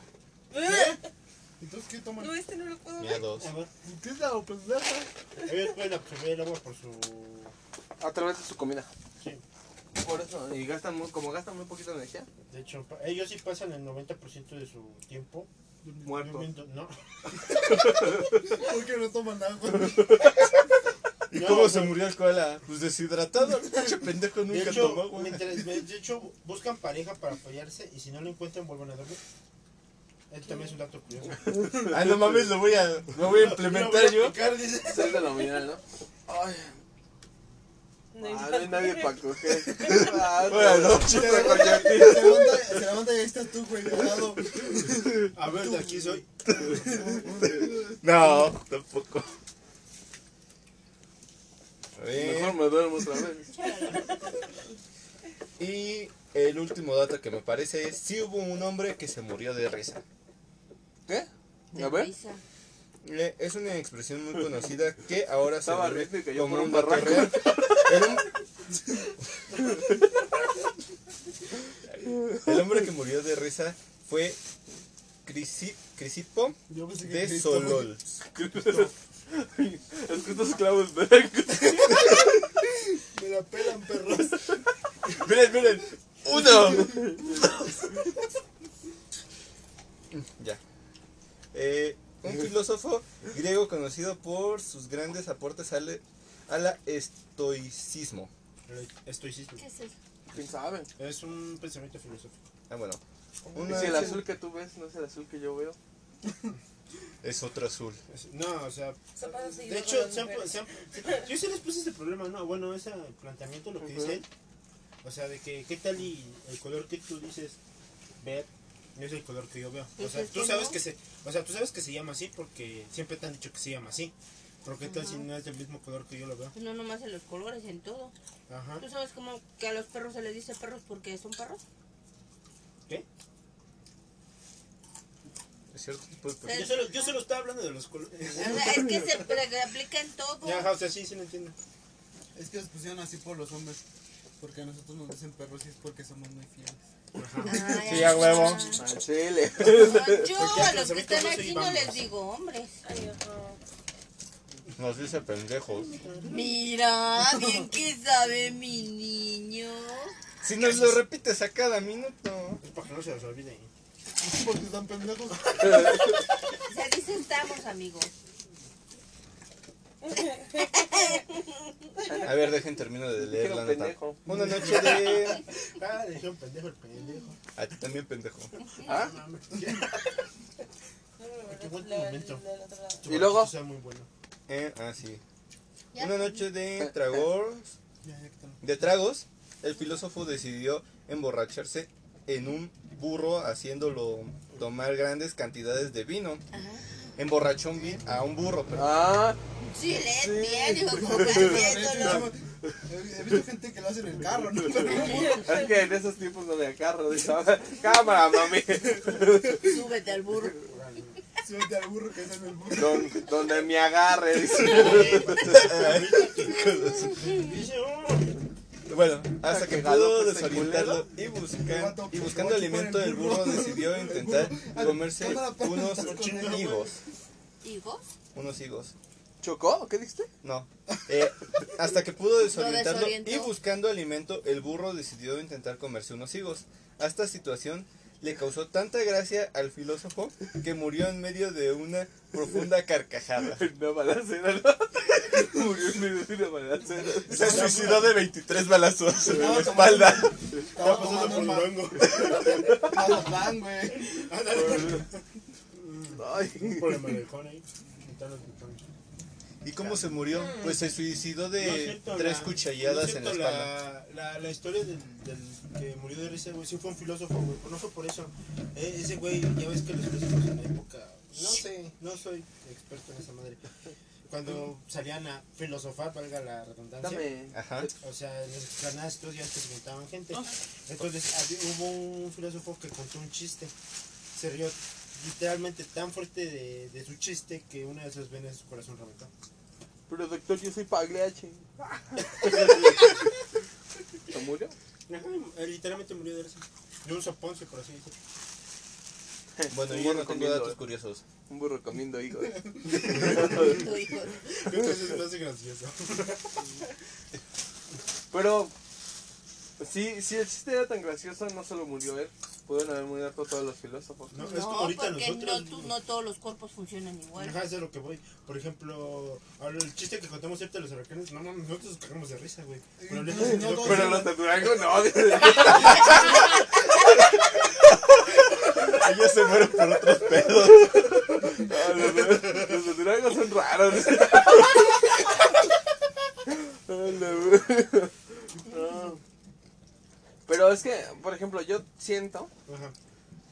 G: Entonces, ¿qué
F: No,
G: toman?
F: este no lo puedo
E: Mira
F: ver.
E: dos.
A: A ver,
G: ¿Qué es la pendeja?
A: ellos pueden absorber el agua por su.
B: A través de su comida.
A: Sí.
B: Por eso. Y gastan muy, como gastan muy poquita energía.
A: De hecho, pa- ellos sí pasan el 90% de su tiempo
B: Muerto.
A: durmiendo. No.
G: ¿Por qué no toman agua?
E: ¿Y
A: No,
E: cómo
A: güey.
E: se murió el koala? Pues deshidratado. El pinche pendejo
A: De
E: nunca
A: hecho,
E: tomó agua.
A: mientras- de hecho, buscan pareja para apoyarse y si no lo encuentran, vuelven a dormir. Este también es un dato curioso.
E: Ah, no mames, lo voy a, lo voy a implementar yo.
B: Seis de la mañana, ¿no? Ay,
F: No hay
B: ah, no
F: nadie.
B: hay nadie para coger. Ah,
E: Buenas
B: no.
E: noches.
G: Se levanta, se levanta, se levanta y ahí estás tú, güey, al lado.
A: A ver, de aquí soy.
E: No, tampoco. A
B: Mejor
E: ver.
B: me duermo otra vez.
E: Y el último dato que me parece es: si hubo un hombre que se murió de risa.
B: ¿Qué? A ver.
C: Risa.
E: Eh, Es una expresión muy conocida que ahora se
B: Estaba
E: vuelve
B: riendo y cayó
E: como
B: por
E: un
B: un
E: dato
B: barranco.
E: real. El, hom- El hombre que murió de risa fue Crisi- Crisipo
G: Yo pensé que
E: de
G: Cristo, güey.
E: Solol.
B: Es que estos clavos verga.
G: Me la pelan, perros.
E: Miren, miren. Uno. ya. Eh, un filósofo griego conocido por sus grandes aportes al, a la estoicismo.
A: Estoicismo.
C: ¿Qué es eso?
B: ¿Quién sabe?
A: Es un pensamiento filosófico.
E: Ah, bueno.
B: Y
E: Una
B: si el
E: noche-
B: azul que tú ves no es el azul que yo veo.
E: es otro azul.
A: Es- No, o sea.
F: Zapatos y
A: De
F: gorro
A: hecho,
F: de
A: se han-
F: mujer.
A: se han- se- yo sí les puse ese problema, ¿no? Bueno, ese planteamiento, lo que
B: Ujú.
A: dice él. O sea, de que, ¿qué tal y el color que tú dices ver? No es el color que yo veo. O
C: Pues
A: sea,
C: es
A: tú
C: que
A: sabes
C: no.
A: que se, o sea, tú sabes que se llama así porque siempre te han dicho que se llama así. Pero qué tal si no es del mismo color que yo lo veo.
C: No nomás en los colores, en todo.
A: Ajá.
C: ¿Tú sabes cómo que a los perros se les dice perros porque son perros?
A: ¿Qué?
E: Es cierto tipo de
C: Sí.
A: Yo solo, yo solo estaba hablando de los colores.
C: O sea, es que se pre- aplica en todo.
A: Ya, ajá, o sea, sí, sí lo entiendo.
G: Es que los pusieron así por los hombres. Porque a nosotros nos dicen perros y es porque somos muy fieles.
C: Ay,
E: Sí, a huevo.
C: ah.
B: Al chile.
C: Yo a los que están aquí no les digo hombres.
F: Ay, ajá.
E: Nos dice pendejos.
C: Mira, bien que sabe mi niño.
E: Si nos lo repites a cada minuto.
A: Es para que no se los olvide.
G: Porque están pendejos.
C: O sea, dice estamos, amigos.
E: A ver, dejen, termino de leer
B: Dijeron
E: la nota.
B: pendejo.
E: Una noche de...
A: Ah, le dijeron pendejo el pendejo.
E: A ti también, pendejo.
B: ¿Ah?
A: Qué buen
F: La-
A: momento.
F: la- la otra lado.
B: ¿Y luego?
A: Sea muy bueno.
E: Eh, ah, sí.
C: Ya.
E: Una noche de tragos,
G: Ya, ya que te lo-
E: de tragos, el filósofo decidió emborracharse en un burro haciéndolo tomar grandes cantidades de vino. Emborrachó un vi- a un burro, pero
B: Ah,
C: Sí,
B: Sí.
C: le bien, hijo,
G: Pero,
C: compartiéndolo.
G: He he visto gente que lo hace en el carro, ¿no?
B: es que en esos tiempos no de carro, de cámara, mami.
C: Súbete al burro.
G: Súbete al burro que está en el burro.
B: Don- donde me agarre, dice.
A: Dice, oh,
E: Bueno, hasta que
B: que galope
E: pudo
B: ese
E: desorientarlo y, busca-
G: Levantó
E: y
G: un
E: buscando
G: cuerpo
E: alimento,
G: en
E: el
G: el
E: burro
G: burro.
E: decidió intentar
G: Ah,
E: comerse
G: cámara, pero-
E: unos
G: Chinga, güey.
E: higos.
C: ¿Hijo?
E: Unos higos.
B: ¿Chocó? ¿Qué dijiste?
E: No. Eh, hasta que pudo desorientarlo
C: desorientó.
E: y buscando alimento, el burro decidió intentar comerse unos higos. A esta situación le causó tanta gracia al filósofo que murió en medio de una profunda carcajada.
B: Una balacera, ¿no? Murió en medio de una balacera.
E: Se suicidó de 23 balazos en la
G: No,
E: espalda.
G: Estaba
A: estaba pasando por
G: tomando un
A: Durango.
G: Mazatlán, güey.
B: Ay.
A: Por el malecón ahí. Están los botones.
E: ¿Y cómo se murió? Pues se suicidó de
A: No es cierto,
E: tres
A: la- no es
E: cuchilladas en
A: cierto,
E: la espalda.
A: La, la historia del, del que murió de risa, güey, sí fue un filósofo, güey. pero No fue por eso. Eh, ese güey, ya ves que los filósofos en la época. No sé, no soy experto en esa madre. Cuando salían a filosofar, valga la redundancia.
B: Dame.
E: Ajá.
A: O sea, en las planadas estudiantes que se juntaban gente. Entonces había- hubo un filósofo que contó un chiste. Se rió literalmente tan fuerte de, de su chiste que una de sus venas de su corazón reventó.
B: Pero doctor, yo soy Pagliacci. ¿Se murió?
A: Ajá, él literalmente murió de risa. De un soponcio, por así decirlo.
E: Bueno,
B: Un
E: yo
B: burro
E: no tengo
B: comiendo,
E: datos curiosos.
B: Un burro comiendo higo.
C: Tu hijo.
A: Entonces lo hace gracioso.
B: Pero, si, si el chiste era tan gracioso, no solo murió él. Pudieron haber muerto todos los filósofos.
A: No, es como
C: No,
A: ahorita
C: porque no,
A: nosotros.
C: tú- no todos los cuerpos funcionan igual.
A: Ajá, es de lo que voy. Por ejemplo, ahora el chiste que contamos cierto de los huracanes, no mames, nosotros nos cagamos de risa, güey. Pero le hemos
G: No,
A: tenido
G: no,
A: que-
B: Pero los de Durango no. dice.
E: Ellos se fueron por otros pedos.
B: No, los, de, los de Durango son raros. Ah, la ver- No. Pero es que, por ejemplo, yo siento
A: Ajá.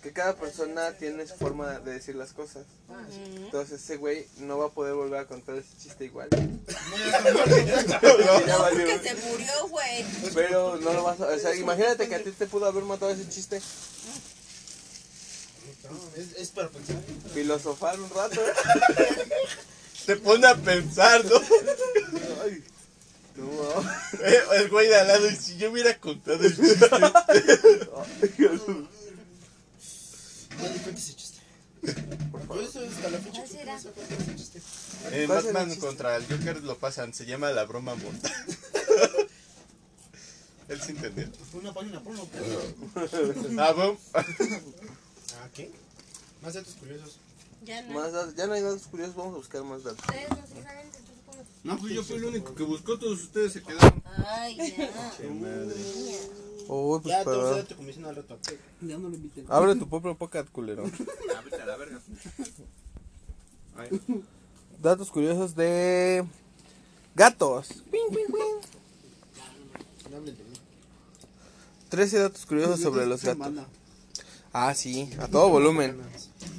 B: que cada persona tiene su forma de decir las cosas.
C: ¿Mm?
B: Entonces ese güey no va a poder volver a contar ese chiste igual. Ya
C: No,
B: valió.
C: porque se murió, güey.
B: Pero no lo vas a... O sea, imagínate que a ti te pudo haber matado ese chiste.
A: No, es, es para pensar.
B: Filosofar un rato. ¿eh?
E: Se pone a pensar, ¿no?
B: Ay. No,
E: Eh, El güey de al lado, y si yo hubiera contado el chiste. Eh,
B: ay,
A: No le cuentes ese chiste. Por eso hasta la fecha.
C: ¿Cuál será?
A: no cuenta ese chiste.
E: Eh,
B: ¿Cuál es el
E: Batman
B: chiste?
E: contra el Joker lo pasan, se llama la broma mortal. Él se entendió.
G: Una página porno.
E: Ah, bueno.
A: Ah, ¿qué? Más datos curiosos.
C: Ya no.
B: más datos. Ya no hay datos curiosos, vamos a buscar más datos.
C: Ustedes no se saben de tus cuerpos.
E: No, pues yo fui el único que buscó, todos ustedes se quedaron.
C: Ay, ya.
E: Qué madre.
B: Uy,
A: Uh,
B: pues,
A: Ya, te vas a dar tu comisión al rato.
G: Ya no lo invité.
B: Abre tu propio podcast, culero.
E: a la verga.
B: Datos curiosos de... Gatos. 13 datos curiosos sobre los gatos. Ah, sí, a todo volumen.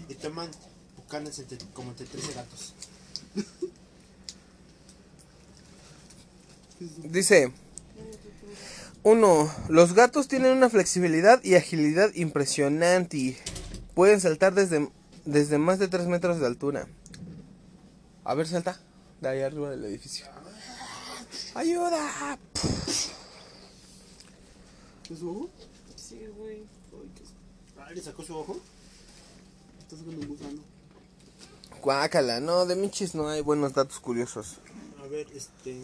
A: Y toman bucanas entre, como entre 13 gatos.
B: Dice 1. Los gatos tienen una flexibilidad y agilidad impresionante. Pueden saltar desde, desde más de 3 metros de altura. A ver, salta. De ahí arriba del edificio. ¡Ayuda!
G: ¿Qué es ojo?
F: Sí, güey.
G: Ay, qué es-
A: Ah, ¿le sacó su ojo?
G: Estás con un gusano.
B: Cuácala, no, de Michis no hay buenos datos curiosos.
A: A ver, este.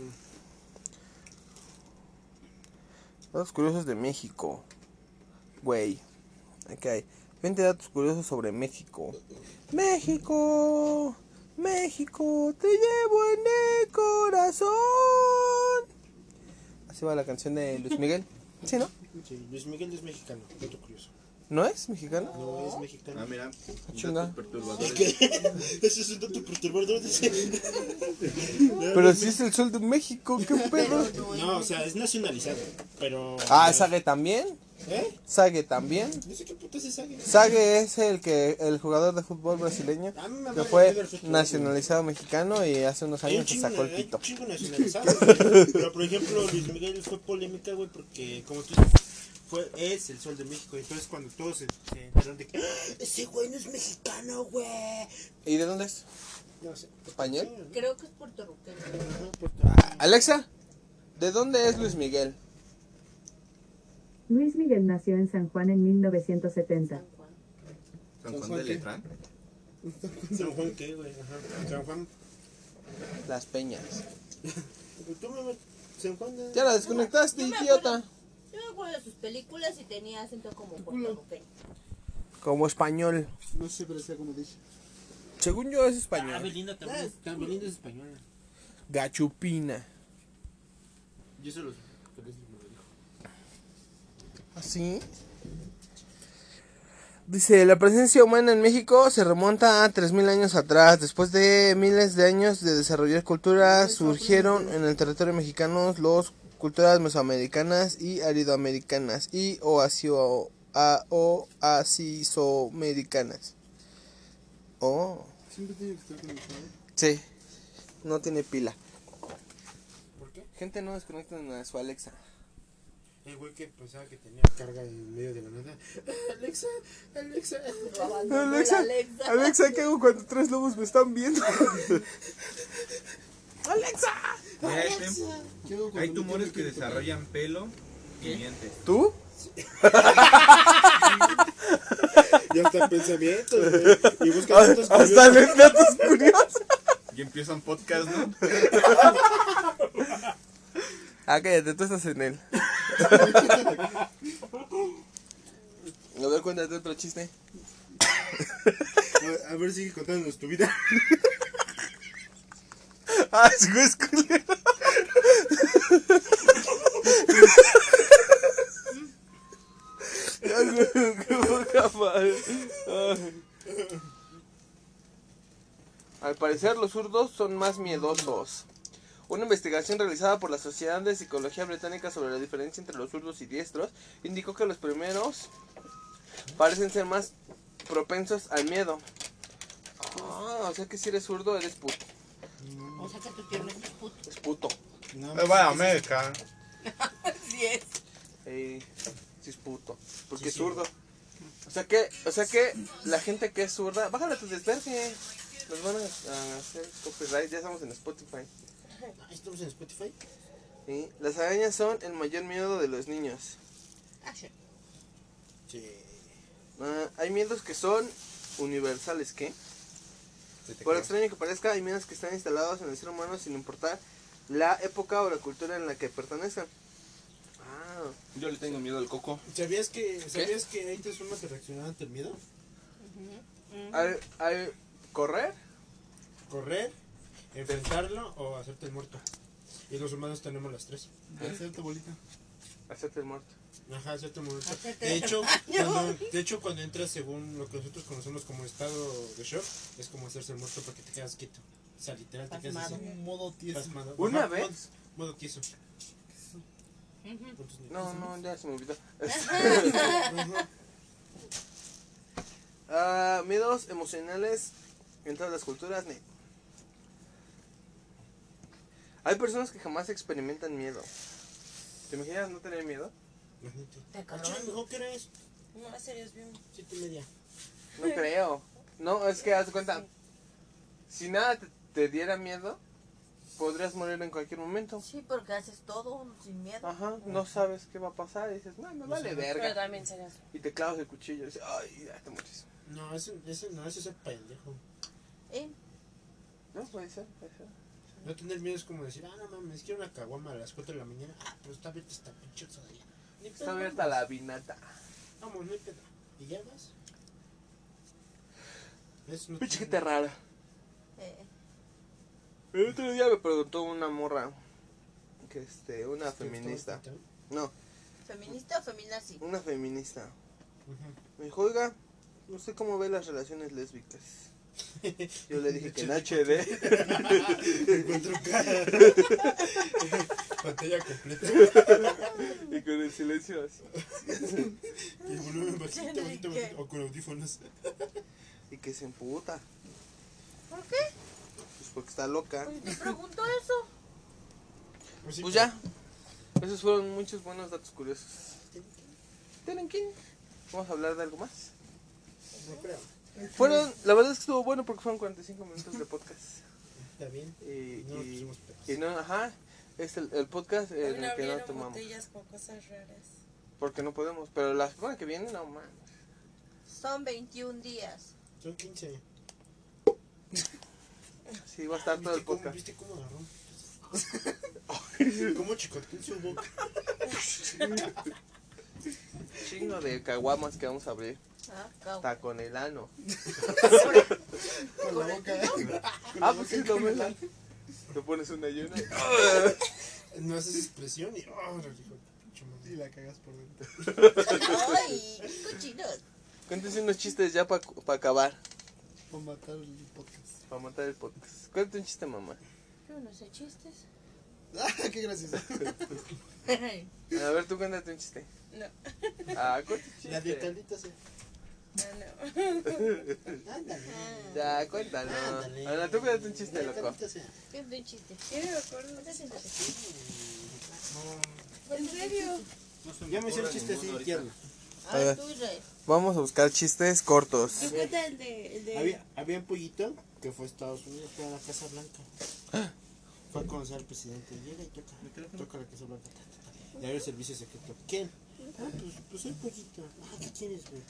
B: Datos curiosos de México. Güey. Aquí hay 20 datos curiosos sobre México. México. México, te llevo en el corazón. Así va la canción de Luis Miguel. ¿Sí, no?
A: Sí, Luis Miguel es mexicano, dato curioso.
B: ¿No es mexicano?
A: No es
E: Ah,
A: mexicano.
E: mira.
B: chinga.
E: Datos perturbadores.
A: Ese es un dato perturbador. dice.
B: Pero si es el sol de México, qué pedo.
A: No, o sea, es nacionalizado, pero...
B: Ah, Sage también.
A: ¿Eh?
B: Sage también.
A: No sé qué puta es esa.
B: Sage es el que el jugador de fútbol brasileño
A: A mí me
B: que
A: vale
B: fue
A: verga su-
B: nacionalizado mexicano y hace unos
A: Hay un
B: años se
A: chingo,
B: sacó el
A: hay un
B: pito.
A: chingo nacionalizado, güey. Pero por ejemplo, Luis Miguel fue polémica, güey, porque como tú dices, fue, es el sol de México. Entonces cuando todos se, se enteraron de que "Ah, ese güey no es mexicano, güey.
B: ¿Y de dónde es?
A: No sé. pues,
B: ¿Español?
C: Creo que es puertorriqueño.
A: ajá, por-
B: Alexa, ¿de dónde es Luis Miguel?
D: Luis Miguel nació en San Juan en 1970.
C: San Juan.
E: San Juan de Letrán.
A: San Juan, ¿qué, güey? Ajá. San Juan.
B: Las Peñas.
A: Pero tú me San Juan. eh.
B: Ya la desconectaste,
C: No me
B: idiota.
C: Yo me acuerdo de sus películas y tenía acento como puertorriqueño.
B: Como español.
G: No sé, pero sea como dije.
B: Según yo es
H: Ah,
B: español.
H: Belinda también. es- Belinda es española.
B: Gachupina.
H: Yo se los. pero eso me lo dijo.
B: ¿Ah, ¿Así? Dice, la presencia humana en México se remonta a 3.000 años atrás. Después de miles de años de desarrollar cultura, surgieron en el territorio mexicano las culturas mesoamericanas y aridoamericanas y oasio- a- oasisoamericanas. Oh,
G: Siempre tiene que estar conectado.
B: sí, no tiene pila.
A: ¿Por qué?
B: Gente, no desconecten a su Alexa.
A: El güey que pensaba que tenía carga en medio de la nada. "Ah, Alexa, Alexa.
B: Alexa,
C: Alexa.
B: Alexa, ¿qué hago cuando tres lobos me están viendo?
E: Mira, hay tem-
G: ¿Qué hago cuando
E: Este, Hay
G: no
E: tumores que
G: tiene cripto?
E: desarrollan pelo y dientes.
B: ¿Tú?
A: Ya está pensamiento, güey. Y busca datos
B: Hasta
A: curiosos.
B: de datos curiosos.
E: Y empiezan podcast, ¿no?
B: Ah, cállate, tú estás en él. A ver, cuéntate otro chiste.
A: A ver- A ver, sigue contándonos tu vida.
B: Ah, es güey, es culero. Ay, güey, qué poca madre. Ay. Al parecer, los zurdos son más miedosos. Una investigación realizada por la Sociedad de Psicología Británica sobre la diferencia entre los zurdos y diestros indicó que los primeros parecen ser más propensos al miedo. Ah, o sea que si eres zurdo eres puto.
C: O sea que tu pierna es puto.
B: Es puto.
A: No,
E: Me voy a Eh, América.
C: Así es.
B: Ey, sí es puto. Porque es zurdo. O sea que, o sea que la gente que es zurda, bájale tu desvergue. Nos van a, a hacer copyright, ya estamos en Spotify.
A: Ah, Estamos en Spotify.
B: ¿sí? Las arañas son el mayor miedo de los niños.
C: Action.
A: Sí.
B: Ah, hay miedos que son universales, ¿qué?
E: Se te
B: Por
E: quedó.
B: extraño que parezca, hay miedos que están instalados en el ser humano sin importar la época o la cultura en la que pertenezcan. Ah,
E: Yo le tengo miedo al coco.
A: ¿Sabías que, ¿sabías que hay tres formas de reaccionar ante el miedo?
B: al, al correr,
A: Correr, enfrentarlo o hacerte el muerto. Y los humanos tenemos las tres.
G: Hacerte bolita.
B: hacerte el muerto.
A: Ajá, hacerte el muerto.
C: Hacerte
A: De
C: el
A: hecho,
C: baño.
A: cuando, de hecho, cuando entras según lo que nosotros conocemos como estado de shock, es como hacerse el muerto porque te quedas quieto. O sea, literal te quedas
C: Pasmado.
A: así.
G: Un modo tieso.
A: pasmado.
B: ¿Una
A: Ajá,
B: vez?
A: Modo, modo tieso. Puntos negros.
B: No, no, ya se me olvidó. Ah, miedos emocionales en todas las culturas. ne. Hay personas que jamás experimentan miedo. ¿Te imaginas no tener miedo?
A: Imagínate.
C: Te
A: Ah, chale,
C: cabrón.
A: ¿no? ¿Qué hora es?
F: No, en serio, es bien.
A: Siete y media.
B: No creo. No, es que haz de cuenta. Si nada te, te diera miedo, podrías morir en cualquier momento.
C: Sí, porque haces todo sin miedo.
B: Ajá, no sabes qué va a pasar. Y dices, no, me vale
F: Pero
B: verga.
F: también sería.
B: Y te clavas el cuchillo y dices, ay, ya te mueres.
A: No, ese, ese no, ese es el pendejo.
C: ¿Eh?
B: No, puede ser, puede ser.
A: No tener miedo es como decir, ah, no mames, quiero una caguama a las 4 de la mañana. Ah, pero está abierta esta pinche todavía.
B: Está abierta la vinata.
A: Vamos, no hay pedo. ¿Y ya vas? Eso no
B: Pinche
A: tiene-
B: gente rara.
C: Eh,
B: El otro día me preguntó una morra, que este, una feminista. No,
C: ¿Feminista o feminazi?
B: una feminista. Me dijo, oiga, no sé cómo ve las relaciones lésbicas. Yo le dije que en HD.
A: Encuentro cara. Pantalla completa.
B: y con el silencio así.
A: Y volumen bajito, bajito,
C: ¿Qué?
A: bajito. O con audífonos.
B: Y que se emputa.
C: ¿Por qué?
B: Pues porque está loca.
C: Pues me preguntó eso.
A: Así
B: Pues
A: que-
B: ya. Esos fueron muchos buenos datos curiosos. ¿Tienen quién? Vamos a hablar de algo más.
A: No creo.
B: Fueron, la verdad es que estuvo bueno porque fueron 45 minutos de podcast.
A: Está bien.
B: Y,
A: No nos
B: y,
A: pusimos pedos.
B: y no, ajá, es el, el podcast en
F: Hoy
B: el que no
F: abrieron
B: tomamos.
F: botellas con cosas raras.
B: Porque no podemos, pero la semana que viene no más.
C: Son 21 días.
A: Son 15.
B: Sí, va a estar todo el
A: ¿Viste cómo,
B: podcast.
A: ¿Viste cómo agarró? ¿Cómo chicoteó su boca?
B: Chingo de caguamas que vamos a abrir.
C: Ah, cau.
B: Hasta con el ano.
A: Con la boca.
B: Ah, pues sí, toma el ano. Te pones una y una.
A: No haces expresión y. ¡Oh, la hijo de pinche madre!
G: Y la cagas por dentro.
C: Ay, qué cochinos.
B: Cuéntense unos chistes ya para acabar.
G: Por matar el podcast.
B: Para montar el podcast. Cuéntate un chiste, mamá.
C: Yo no sé chistes.
G: Ah, qué gracioso.
B: A ver, tú cuéntate un chiste.
F: No,
B: Ah, cuéntate un
A: La de
B: chiste.
A: Carlita se.
F: ah, no.
A: Ándale.
B: Ya, cuéntalo.
A: Ándale.
B: Ahora tú cuéntate un chiste,
A: La de
B: loco.
A: Carlita se.
C: ¿Qué es un chiste?
F: Yo no me acuerdo. ¿En serio?
A: Ya me hice un chiste así tierno.
C: A ver, tú, Israel.
B: Vamos a buscar chistes cortos.
F: Yo cuenta el de... El de...
A: Había, había un pollito que fue a Estados Unidos, fue a la Casa Blanca. Fue a conocer al presidente. Llega y toca. Toca la Casa Blanca. ta, ta, ta. Le abre el servicio secreto. ¿Quién? Ah, pues, pues soy pollito. Ah, ¿qué quieres, güey?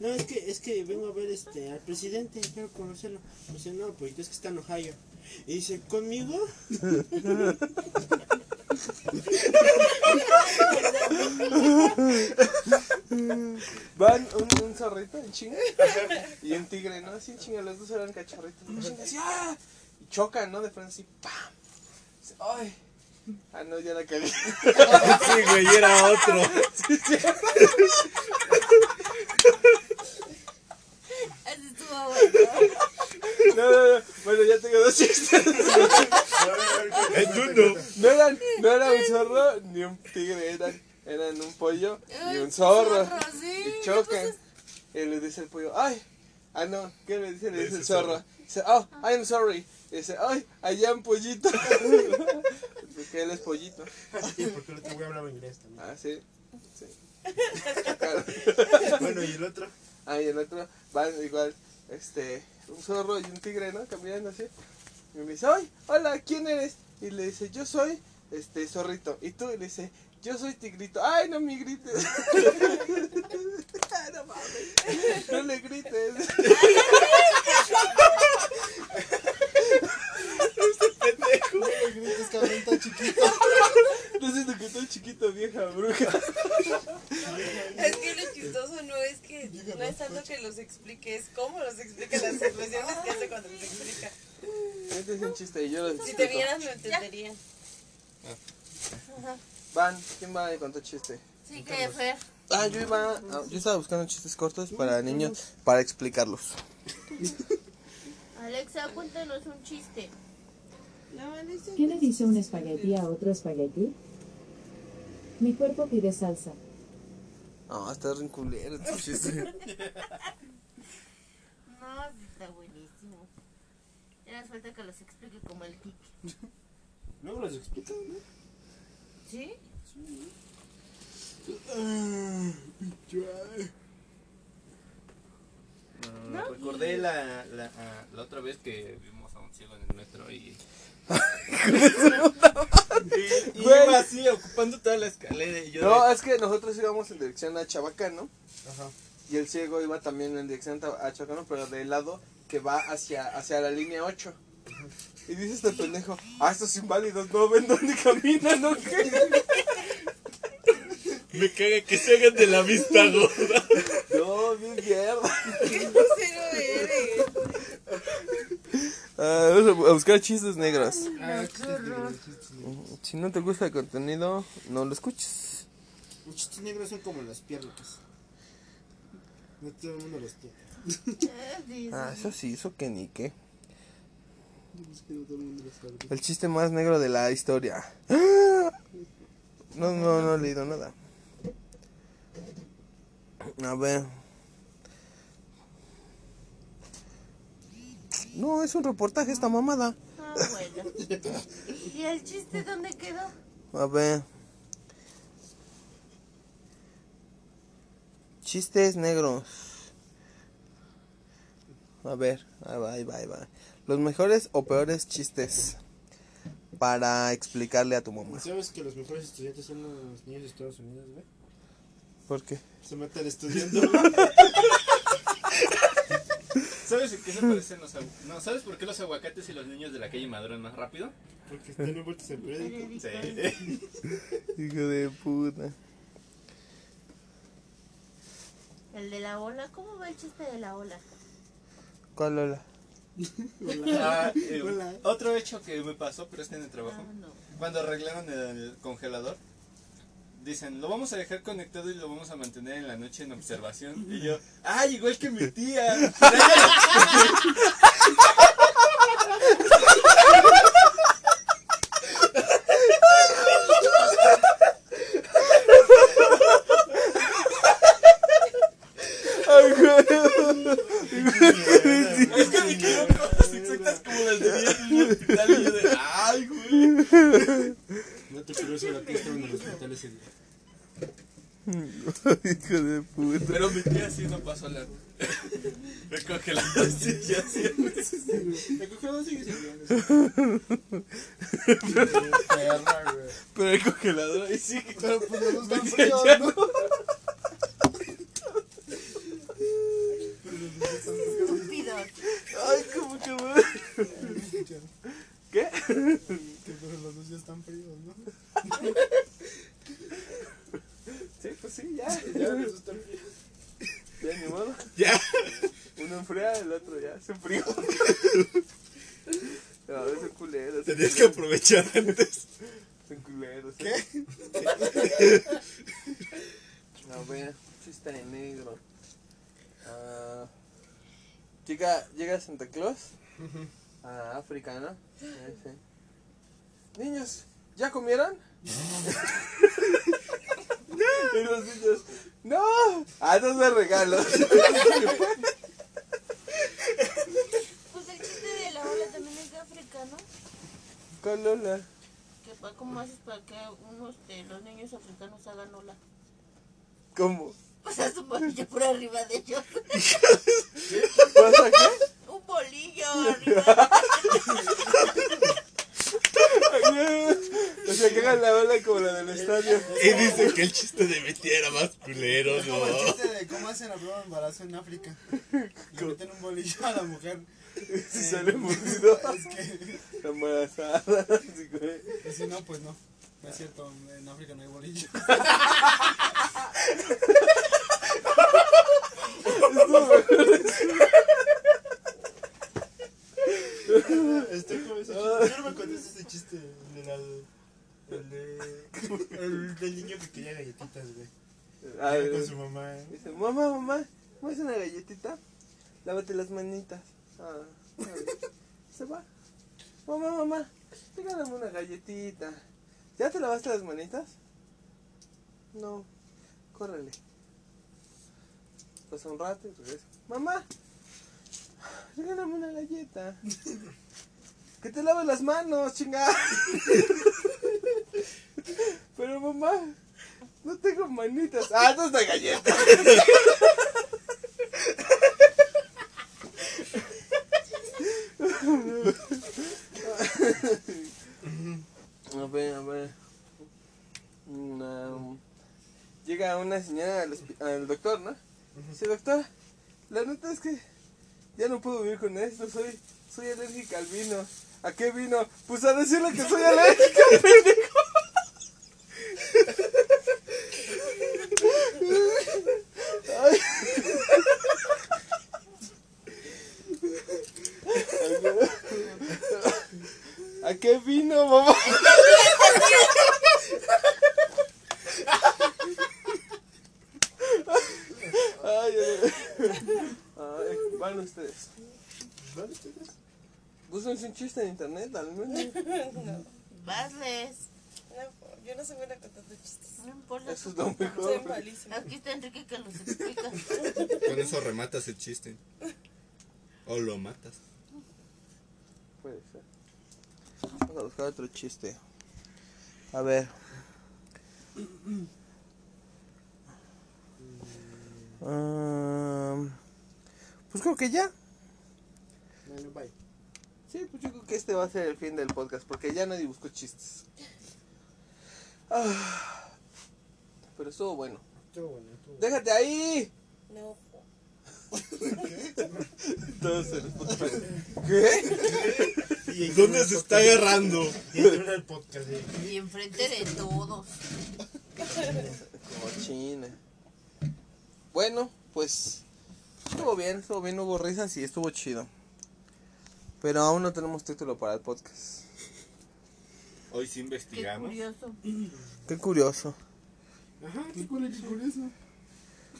A: No, es que, es que vengo a ver este, al presidente, quiero conocerlo. Dice, no, pollito, es que está en Ohio. Y dice, ¿conmigo?
B: Van un, un zorrito en chinga y un tigre, ¿no? Así en chinga, los dos eran cachorritos. En chinga, así, ¡ah! Y chocan, ¿no? De frente así, ¡pam! Dice, ¡ay! Ah, no, ya la cagué.
E: Sí, güey, era otro.
C: Ese estuvo bueno.
B: No, no, no. Bueno, ya tengo dos chistes. No eran, no era un zorro ni un tigre, eran, eran un pollo y un zorro.
C: sí.
B: Y chocan. Y le dice el pollo, ¡ay! Ah, no, ¿qué le dice? Le dice el zorro. Dice, oh, I'm sorry. Y dice, ¡ay! Allá un pollito. Porque él es pollito.
A: Sí, porque el otro güey hablaba inglés también.
B: Ah, sí. sí.
A: Bueno, y el otro.
B: ah, y el otro van igual, este, un zorro y un tigre, ¿no? Caminando así. Y me dice, ¡ay! Hola, ¿quién eres? Y le dice, yo soy, este, zorrito. Y tú y le dice, yo soy tigrito. ¡Ay, no me grites! Ay, no mames. No le grites. Este
G: Gritas, cabrón, está chiquito.
B: No sé lo que estoy chiquito, vieja bruja.
C: este.
F: Es que lo chistoso no es que no es tanto que los explique, es cómo los explica las expresiones que hace cuando los explica.
B: Este es un chiste y yo lo
F: Si te
B: explico.
F: vieras lo entenderían.
B: Van, ¿quién va a contar chiste?
C: Sí, que Fer.
B: Ah, yo iba, ah, yo estaba buscando chistes cortos para niños, para explicarlos.
C: Alexa, cuéntanos un chiste.
F: No, Alicia.
D: ¿Qué le dice un espagueti a otro espagueti? Mi cuerpo pide salsa.
B: No, está rinculero tu chiste.
C: No, sí está buenísimo. Ya les falta que los explique como el kick.
A: Luego los explican, ¿no?
C: ¿Sí?
H: No, recordé la, la, ah, la otra vez que vimos a un ciego en el metro y. y, y
B: Güey.
H: iba así ocupando toda la escalera y yo
B: No,
H: de-
B: es que nosotros íbamos en dirección a Chabacano
A: Ajá.
B: y el ciego iba también en dirección a Chabacano, pero del lado que va hacia, hacia la línea 8. Y dice este pendejo, ah, estos inválidos no ven dónde caminan, ¿no?
E: Me caga que se hagan de la vista gorda.
B: No, bien mierda.
F: ¿Qué grosero eres?
B: Ah, vamos a buscar chistes negros.
G: Ah, chistes negros, chistes negros.
B: Si no te gusta el contenido, no lo escuches.
A: Los chistes negros son como las piernas. No todo el mundo los tiene.
B: Ah, eso sí, eso que ni qué.
G: Es que no todo el mundo lo sabe.
B: El chiste más negro de la historia. No, no, no he leído nada. A ver. No, es un reportaje esta mamada.
I: Ah, bueno. ¿Y el chiste dónde quedó?
B: A ver. Chistes negros. A ver, ahí va, ahí va, ahí va. Los mejores o peores chistes para explicarle a tu mamá.
A: ¿Sabes que los mejores estudiantes son los niños de Estados Unidos, güey?
B: ¿Por qué?
A: Se matan estudiando.
E: ¿Sabes en qué se parecen los agu- No, ¿sabes por qué los aguacates y los niños de la calle maduran más rápido?
A: Porque están envueltos en periódico.
E: Sí.
B: Hijo de puta.
C: El de la ola, ¿cómo va el chiste de la ola?
B: ¿Cuál Lola?
E: Ah, eh,
G: Hola.
E: otro hecho que me pasó, pero este en el
C: Ah,
E: trabajo.
C: no.
E: Cuando arreglaron el congelador, dicen, lo vamos a dejar conectado y lo vamos a mantener en la noche en observación. Y yo, ¡ay, igual que mi tía! es que me quedaron todas exactas como las de mí en el hospital. Y yo de, "Ah, ¡ay, güey!
A: No te quiero saber a qué estaban en el hospital ese día.
B: Hijo de puta.
E: Pero mi tía sí no pasó la... El congelador sí, ya sí.
A: La congeladora sigue estudiando.
G: Perra, güey.
B: Pero el congelador ahí sigue.
G: Pero pues no nos dan frío,
B: Ya
G: ¿no?
B: no.
J: Estúpido.
B: Ay, como que me... ¿Qué?
G: Que pero los dos ya están fríos, ¿no?
B: Sí, pues sí, ya. Ya, ya ni modo.
K: Ya.
B: Uno enfría, el otro ya se enfrió. No, es un culero. son
K: Tenías que
B: culeros,
K: aprovechar antes.
B: Son culeros. ¿Qué? A ver, chiste de negro. Ah, llega, llega Santa Claus a África, ¿no? Ahí sí. Niños, ¿ya comieron? y los niños, ¡no! ¡Ah, no me regalos!
C: Pues el chiste de la ola también es de África, ¿no?
B: Con Lola.
C: Que pa- ¿Cómo haces para que unos de los niños africanos hagan ola?
B: ¿Cómo?
C: Pasas un bolillo por arriba de ellos.
B: ¿Pasa qué?
C: Un bolillo arriba.
B: o sea, que hagan la ola como la del estadio.
K: Y dice que el chiste de Betty era más culero,
G: Como el
K: no.
G: chiste de cómo hacen la prueba de embarazo en África. Le meten un bolillo a la mujer.
B: Si
G: Eh,
B: sale mordido,
G: Es que,
B: embarazada. así, güey.
G: y si no, pues no. No es cierto, en África no hay bolillo.
A: Estoy como Este, ese chiste. Yo no me contaste ese chiste. El de la. El de. El del niño que quería galletitas, güey.
B: A
A: Era Con
B: ver,
A: su mamá, ¿eh?
B: dice, mamá, mamá, ¿me haces una galletita? Lávate las manitas. Ah, a ver. Se va. Mamá, mamá, regálame una galletita. ¿Ya te lavaste las manitas? No. Córrele. Pasa un rato y regresa. Mamá, regálame una galleta. que te laves las manos, chingada. Pero mamá, no tengo manitas. Ah, no es la galleta. A ver, a ver. Una, um, llega una señora al, hospi- al doctor, ¿no? Dice, doctor, la neta es que ya no puedo vivir con esto, soy, soy alérgica al vino. ¿A qué vino? Pues a decirle que soy alérgica, pendejo. Ay. van ustedes?
A: ¿Van ustedes?
B: Búsquense un chiste en internet, al menos.
C: Basles.
L: No, yo no soy buena contando chistes.
C: No importa.
B: Eso es lo mejor.
L: Soy malísima.
C: Aquí está Enrique que los explica.
M: Con eso rematas el chiste. O lo matas.
B: Puede ser. Vamos a buscar otro chiste. A ver. Am, pues creo que ya.
A: Bueno, bye.
B: Sí, pues yo creo que este va a ser el fin del podcast porque ya nadie buscó chistes. Ah, pero estuvo bueno.
A: Estuvo bueno, estuvo bueno.
B: ¡Déjate ahí!
L: No.
B: Todos se les puso- ¿Qué?
A: Y entró en
M: ¿Dónde
A: el
M: se está
A: podcast.
M: agarrando?
A: Y entró en el podcast. eh.
C: Y enfrente de todos.
B: Cochina. Bueno, pues estuvo bien, estuvo bien, no hubo risas y estuvo chido. Pero aún no tenemos título para el podcast.
E: Hoy sí
C: Qué
E: investigamos.
C: curioso.
B: Qué curioso.
N: Ajá, qué curioso, curioso.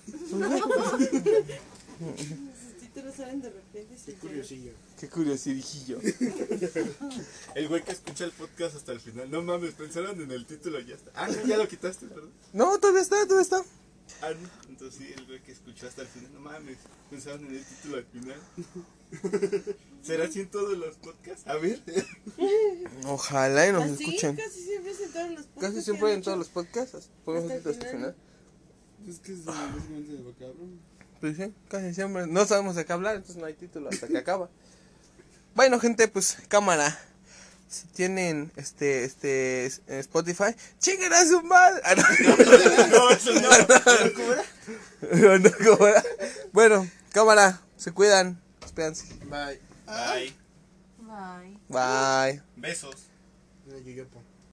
L: Sus títulos salen de repente. y se
A: Qué curiosillo.
B: Qué curiosidijillo.
E: El güey que escucha el podcast hasta el final. No mames, pensaron en el título y ya está. Ah, no, ya lo quitaste, perdón.
B: No, todavía está, todavía está.
E: Ah, no. Entonces sí, el güey que escuchó hasta el final. No mames, pensaron en el título al final. ¿Será así en todos los podcasts? A ver.
B: Ojalá y nos
L: Así,
B: escuchen.
L: casi siempre es en todos los podcasts
C: Pues
B: Casi
L: que
B: siempre
L: han
B: en todos
L: hecho.
B: los podcasts ponemos
L: Hasta el
B: título hasta el
L: final.
B: final.
N: Es que es básicamente de macabro.
B: Pues sí, casi siempre. No sabemos de qué hablar, entonces no hay título hasta que acaba. Bueno, gente, pues cámara. Si tienen este este es- Spotify, chinguen a su madre. Ah, no. No, no, ¿cómo era? Bueno, cámara, se cuidan. Espérense.
A: Bye.
E: Bye.
C: Bye.
B: Bye.
E: Besos.
A: Era Yoyopo.